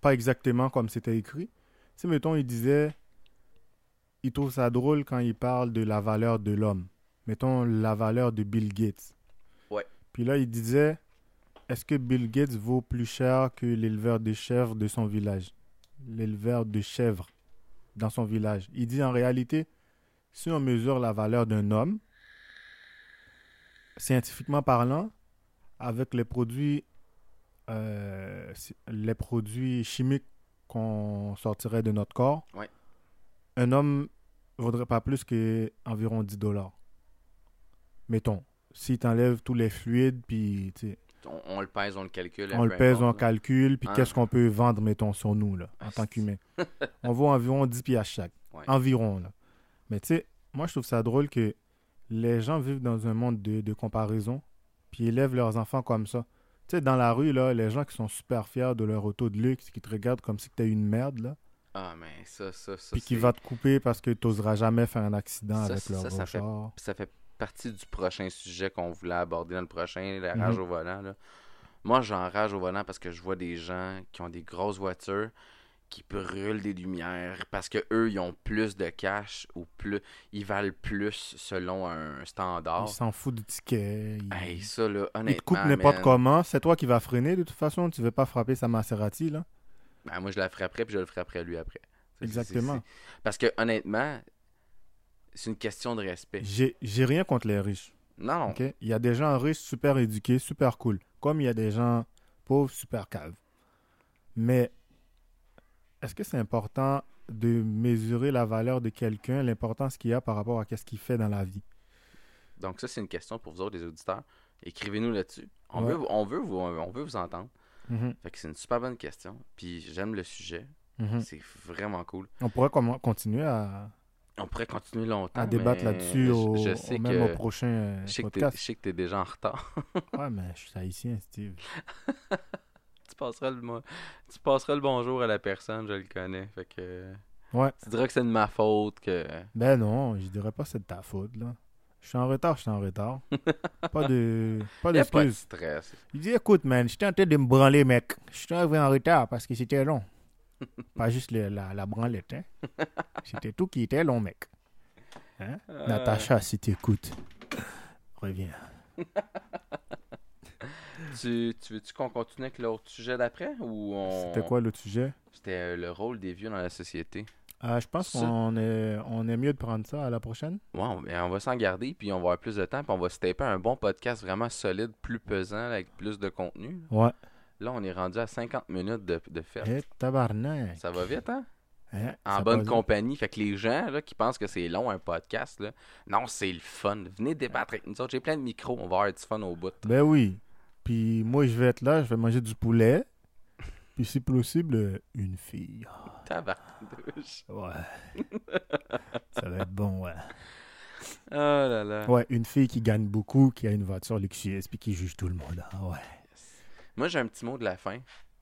Speaker 4: Pas exactement comme c'était écrit. Tu sais, mettons, il disait. Il trouve ça drôle quand il parle de la valeur de l'homme. Mettons, la valeur de Bill Gates.
Speaker 2: Ouais.
Speaker 4: Puis là, il disait Est-ce que Bill Gates vaut plus cher que l'éleveur de chèvres de son village L'éleveur de chèvres dans son village. Il dit en réalité, si on mesure la valeur d'un homme, scientifiquement parlant, avec les produits, euh, si- les produits chimiques qu'on sortirait de notre corps,
Speaker 2: Ouais.
Speaker 4: un homme vaudrait pas plus qu'environ 10 dollars. Mettons, si t'enlèves tous les fluides, puis tu sais,
Speaker 2: On, on le pèse, on le calcule. peu
Speaker 4: on le pèse, on
Speaker 2: importe, là.
Speaker 4: calcule, puis
Speaker 2: Ah.
Speaker 4: qu'est-ce qu'on peut vendre, mettons, sur nous, là, en
Speaker 2: <laughs>
Speaker 4: tant qu'humain. on vaut environ 10 piastres chaque.
Speaker 2: Ouais.
Speaker 4: Environ, là. Mais tu sais, moi, je trouve ça drôle que les gens vivent dans un monde de, de comparaison, puis élèvent leurs enfants comme ça. Tu sais, dans la rue, là, les gens qui sont super fiers de leur auto de luxe, qui te regardent comme si t'es une merde, là,
Speaker 2: Ah, mais ça, ça, ça.
Speaker 4: puis qui
Speaker 2: c'est-
Speaker 4: va te couper parce que t'oseras jamais faire un accident
Speaker 2: Ça,
Speaker 4: avec
Speaker 2: ça,
Speaker 4: leur
Speaker 2: ça, ça
Speaker 4: gros
Speaker 2: fait-
Speaker 4: char.
Speaker 2: Puis ça fait partie du prochain sujet qu'on voulait aborder dans le prochain, la
Speaker 4: Mhm.
Speaker 2: rage au volant. là. Moi, j'enrage au volant parce que je vois des gens qui ont des grosses voitures, qui brûlent des lumières parce que eux ils ont plus de cash ou plus ils valent plus selon un
Speaker 4: Ils
Speaker 2: standard.
Speaker 4: s'en foutent du ticket. Ils,
Speaker 2: Hey, ça là
Speaker 4: ils te
Speaker 2: honnêtement
Speaker 4: coupent n'importe
Speaker 2: man,
Speaker 4: comment. C'est toi qui vas freiner de toute façon. Tu veux pas frapper sa Maserati, là.
Speaker 2: ben, moi je la frapperais puis je le frapperais lui après. C'est-
Speaker 4: Exactement.
Speaker 2: c'est- c'est- Parce que honnêtement, c'est une question de respect.
Speaker 4: J'ai j'ai rien contre les riches.
Speaker 2: Non, non.
Speaker 4: ok? Il y a des gens riches, super éduqués, super cool. Comme il y a des gens pauvres, super caves. Mais est-ce que c'est important de mesurer la valeur de quelqu'un, l'importance qu'il a par rapport à qu'est-ce qu'il fait dans la vie?
Speaker 2: Donc ça c'est une question pour vous autres les auditeurs. Écrivez-nous là-dessus. On
Speaker 4: Ouais.
Speaker 2: veut on veut vous on veut vous entendre. Fait que c'est une super bonne question. Puis j'aime le sujet.
Speaker 4: Mhm.
Speaker 2: C'est vraiment cool.
Speaker 4: On pourrait comment- continuer à,
Speaker 2: On pourrait continuer longtemps.
Speaker 4: à débattre
Speaker 2: Ah, mais
Speaker 4: là-dessus
Speaker 2: je-
Speaker 4: au,
Speaker 2: je
Speaker 4: au-
Speaker 2: sais
Speaker 4: même
Speaker 2: que-
Speaker 4: au prochain euh,
Speaker 2: Je sais que t'es- je
Speaker 4: podcast.
Speaker 2: sais que t'es déjà en retard. <laughs>
Speaker 4: Ouais, mais je suis haïtien, Steve.
Speaker 2: tu, passeras le, mo- tu passeras le bonjour à la personne, je le connais. Fait que.
Speaker 4: Ouais.
Speaker 2: Tu diras que c'est de ma faute que.
Speaker 4: Ben non, je dirais pas c'est de ta faute, là. Je suis en retard, je suis
Speaker 2: <laughs>
Speaker 4: en retard. pas de pas
Speaker 2: Y a pas de
Speaker 4: d'excuses.
Speaker 2: stress.
Speaker 4: Il dit écoute, man, j'étais en train de me branler, mec. Je suis arrivé en retard parce que
Speaker 2: <laughs>
Speaker 4: c'était long. Pas juste le- la, la branlette, hein. C'était tout qui était long, mec. Hein?
Speaker 2: Euh.
Speaker 4: Natacha, si t'écoutes, reviens.
Speaker 2: Tu, tu veux-tu qu'on continue avec l'autre sujet d'après ou on...
Speaker 4: C'était quoi l'autre sujet?
Speaker 2: C'était euh, le rôle des vieux dans la société.
Speaker 4: Euh, je pense
Speaker 2: Ça-
Speaker 4: qu'on est, on est mieux de prendre ça à la prochaine.
Speaker 2: Ouais, on, mais on va s'en garder, puis on va avoir plus de temps, puis on va se taper un bon podcast vraiment solide, plus pesant, avec plus de contenu.
Speaker 4: Ouais.
Speaker 2: Là, on est rendu à 50 minutes de, de fête.
Speaker 4: Eh, tabarnak.
Speaker 2: Ça va vite, hein?
Speaker 4: Hein,
Speaker 2: En
Speaker 4: ça
Speaker 2: bonne
Speaker 4: passe-
Speaker 2: compagnie. Fait que les gens là, qui pensent que c'est long un podcast, là, non, c'est le fun. Venez débattre avec nous autres. J'ai plein de micros. On va avoir du fun au bout.
Speaker 4: Ben oui. Puis moi, je vais être là, je vais manger du poulet. Puis si possible, euh, une fille.
Speaker 2: Tabarnouche. <laughs>
Speaker 4: Ouais. ça va être bon, ouais.
Speaker 2: Oh là là.
Speaker 4: Ouais, une fille qui gagne beaucoup, qui a une voiture luxueuse, puis qui juge tout le monde. Ah ouais.
Speaker 2: Moi, j'ai un petit mot de la fin.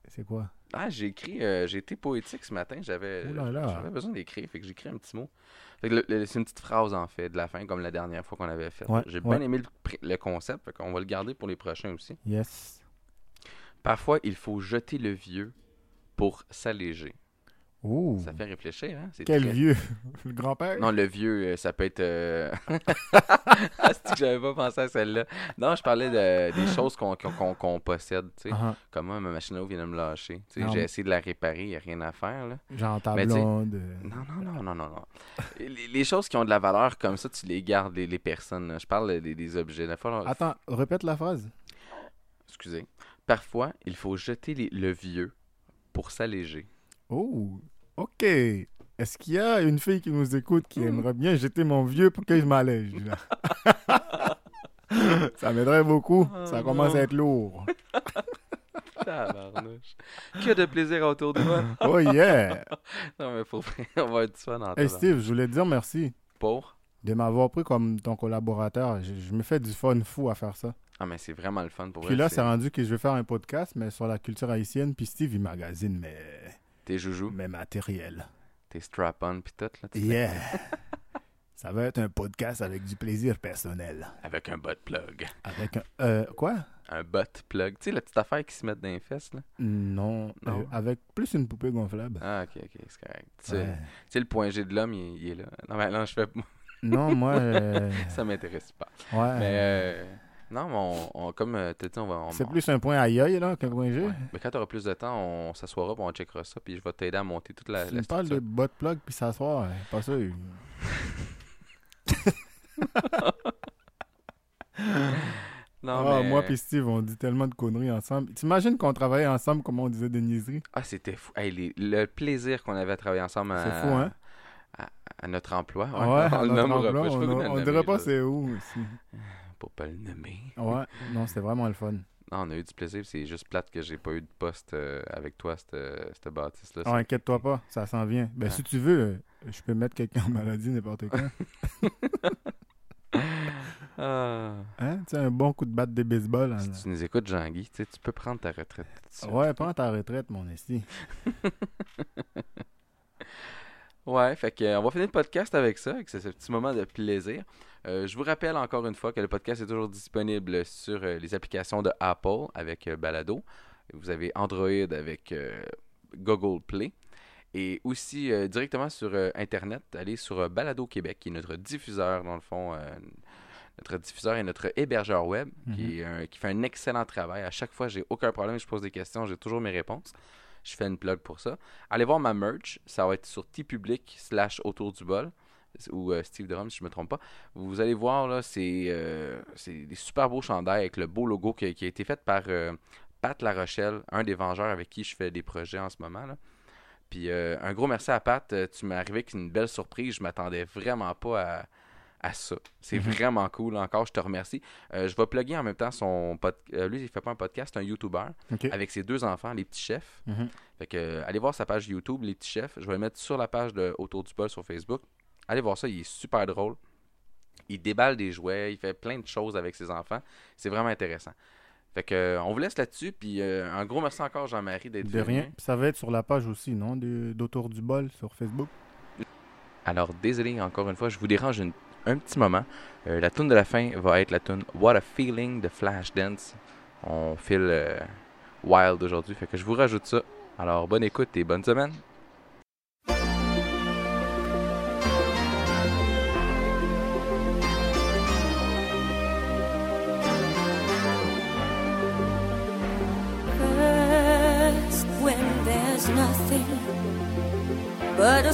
Speaker 4: C'est quoi?
Speaker 2: Ah, j'ai écrit, euh, j'ai été poétique ce matin, j'avais
Speaker 4: Ouh là là.
Speaker 2: j'avais besoin d'écrire, fait que j'écris un petit mot. Fait que le- le- c'est une petite phrase en fait de la fin, comme la dernière fois qu'on avait fait.
Speaker 4: Ouais,
Speaker 2: j'ai
Speaker 4: ouais.
Speaker 2: bien aimé le, pr- le concept, fait qu'on va le garder pour les prochains aussi.
Speaker 4: Yes.
Speaker 2: Parfois, il faut jeter le vieux pour s'alléger.
Speaker 4: Ouh.
Speaker 2: Ça fait réfléchir, hein? C'est
Speaker 4: Quel
Speaker 2: très-
Speaker 4: vieux. <laughs> le grand-père?
Speaker 2: Non, le vieux, euh, ça peut être. euh, <laughs> C'est que j'avais pas pensé à celle-là. Non, je parlais de- des choses qu'on qu'on- qu'on- qu'on possède. tu sais.
Speaker 4: Ah,
Speaker 2: Comment ma machine à eau vient de me lâcher. tu sais.
Speaker 4: Non.
Speaker 2: J'ai essayé de la réparer, il n'y a rien à faire. Là.
Speaker 4: genre ta
Speaker 2: Mais Ben, tu sais-
Speaker 4: blonde. euh,
Speaker 2: Non, non, non, non, non. non. les, les choses qui ont de la valeur comme ça, tu les gardes, les, les personnes. là. Je parle des, des objets. La fois,
Speaker 4: Attends, répète la phrase.
Speaker 2: Excusez. Parfois, il faut jeter les- le vieux pour s'alléger.
Speaker 4: Oh, ok. Est-ce qu'il y a une fille qui nous écoute qui aimerait bien jeter mon vieux pour que je m'allège? là? <laughs> ça m'aiderait beaucoup.
Speaker 2: Ah,
Speaker 4: Ça commence à être lourd.
Speaker 2: Tabarnouche. que de plaisir autour de moi. <laughs>
Speaker 4: Oh yeah!
Speaker 2: Non, mais pour vrai, on va être du fun en
Speaker 4: Hey
Speaker 2: tabarnouche.
Speaker 4: Steve, je voulais te dire merci
Speaker 2: Pour.
Speaker 4: de m'avoir pris comme ton collaborateur. Je, je me fais du fun fou à faire ça.
Speaker 2: Ah, mais c'est vraiment le fun pour
Speaker 4: Puis
Speaker 2: vrai,
Speaker 4: là,
Speaker 2: c'est-
Speaker 4: c'est rendu que je vais faire un podcast, mais sur la culture haïtienne. Puis Steve, il magasine mes,
Speaker 2: Tes joujoux,
Speaker 4: mes matériels.
Speaker 2: tes strap-on, pis tout, là. tu sais.
Speaker 4: Yeah! <laughs> ça va être un podcast avec du plaisir personnel.
Speaker 2: Avec un bot plug.
Speaker 4: Avec un... euh, quoi?
Speaker 2: Un bot plug. Tu sais, la petite affaire qui se met dans les fesses, là.
Speaker 4: Non,
Speaker 2: Non.
Speaker 4: euh, avec plus une poupée gonflable.
Speaker 2: Ah, ok, ok, c'est correct. Tu sais-
Speaker 4: Ouais.
Speaker 2: tu sais, le point G de l'homme, il, il est là. Non, mais non, je fais. <laughs>
Speaker 4: Non, moi, euh,
Speaker 2: Ça m'intéresse pas.
Speaker 4: ouais.
Speaker 2: Mais euh, non, mais on, on- comme euh, t'as dit, on va. on-
Speaker 4: c'est plus un point aïe aïe là qu'un point G.
Speaker 2: Ouais. Mais quand t'auras plus de temps, on s'assoira puis on checkera ça, puis je vais t'aider à monter toute la.
Speaker 4: Tu
Speaker 2: la
Speaker 4: me parles de
Speaker 2: structure.
Speaker 4: bot plug puis s'asseoir, hein, pas ça. euh.
Speaker 2: Non,
Speaker 4: Ah,
Speaker 2: mais-
Speaker 4: Moi puis Steve, on dit tellement de conneries ensemble. T'imagines qu'on travaillait ensemble comme on disait des niaiseries?
Speaker 2: Ah, c'était fou. Hey, les- le plaisir qu'on avait à travailler ensemble à,
Speaker 4: C'est fou, hein?
Speaker 2: à notre emploi.
Speaker 4: Ouais,
Speaker 2: on
Speaker 4: à
Speaker 2: le
Speaker 4: notre
Speaker 2: nommera
Speaker 4: emploi,
Speaker 2: pas. Je sais
Speaker 4: on,
Speaker 2: pas comment
Speaker 4: on
Speaker 2: le nommer,
Speaker 4: dirait pas
Speaker 2: là.
Speaker 4: c'est où aussi.
Speaker 2: Pour pas le nommer.
Speaker 4: Ouais, non, c'était vraiment le fun.
Speaker 2: Non, on a eu du plaisir, c'est juste plate que j'ai pas eu de poste euh, avec toi, cette, euh, cette bâtisse-là.
Speaker 4: Ah, inquiète-toi pas, ça s'en vient. Ben, si tu veux, euh, je peux mettre quelqu'un en maladie n'importe <laughs> quand.
Speaker 2: Ah.
Speaker 4: Hein? Tu sais, un bon coup de batte de baseball. hein, là.
Speaker 2: Si tu nous écoutes, Jean-Guy, tu sais, tu peux prendre ta retraite. tout de suite.
Speaker 4: Ouais, prends ta retraite, mon esti.
Speaker 2: Ouais, fait que, euh, on va finir le podcast avec ça, avec ce, ce petit moment de plaisir. Euh, je vous rappelle encore une fois que le podcast est toujours disponible sur euh, les applications de Apple avec euh, Balado. Vous avez Android avec euh, Google Play. Et aussi euh, directement sur euh, Internet, allez sur euh, Balado Québec, qui est notre diffuseur, dans le fond, euh, notre diffuseur et notre hébergeur web, qui, est un- qui fait un excellent travail. À chaque fois, j'ai aucun problème, je pose des questions, j'ai toujours mes réponses. Je fais une plug pour ça. Allez voir ma merch, ça va être sur tpublic slash autour du bol ou euh, Steve Drum si je me trompe pas. Vous allez voir là, c'est euh, c'est des super beaux chandails avec le beau logo qui, a- qui a été fait par euh, Pat La Rochelle, un des vengeurs avec qui je fais des projets en ce moment là. Puis euh, un gros merci à Pat, Euh, tu m'es arrivé avec une belle surprise, je m'attendais vraiment pas à, à ça. C'est
Speaker 4: Mhm.
Speaker 2: vraiment cool encore, je te remercie. Euh, je vais plugger en même temps son podcast. lui, il fait pas un podcast, c'est un YouTuber
Speaker 4: Ok.
Speaker 2: avec ses deux enfants, les petits chefs.
Speaker 4: Mhm.
Speaker 2: Fait que, euh, allez voir sa page YouTube, les petits chefs. Je vais le mettre sur la page de Autour du bol sur Facebook. Allez voir ça, il est super drôle. Il déballe des jouets, il fait plein de choses avec ses enfants. C'est vraiment intéressant. Fait que, euh, on vous laisse là-dessus. Puis, euh, un gros merci encore, Jean-Marie, d'être
Speaker 4: De
Speaker 2: venu.
Speaker 4: rien. Ça va être sur la page aussi, non de- D'autour du bol sur Facebook.
Speaker 2: Alors, désolé encore une fois, je vous dérange une- un petit moment. Euh, la tune de la fin va être la tune What a Feeling de Flashdance. On file euh, wild aujourd'hui, fait que je vous rajoute ça. Alors, bonne écoute et bonne semaine.
Speaker 6: hurts when there's nothing but a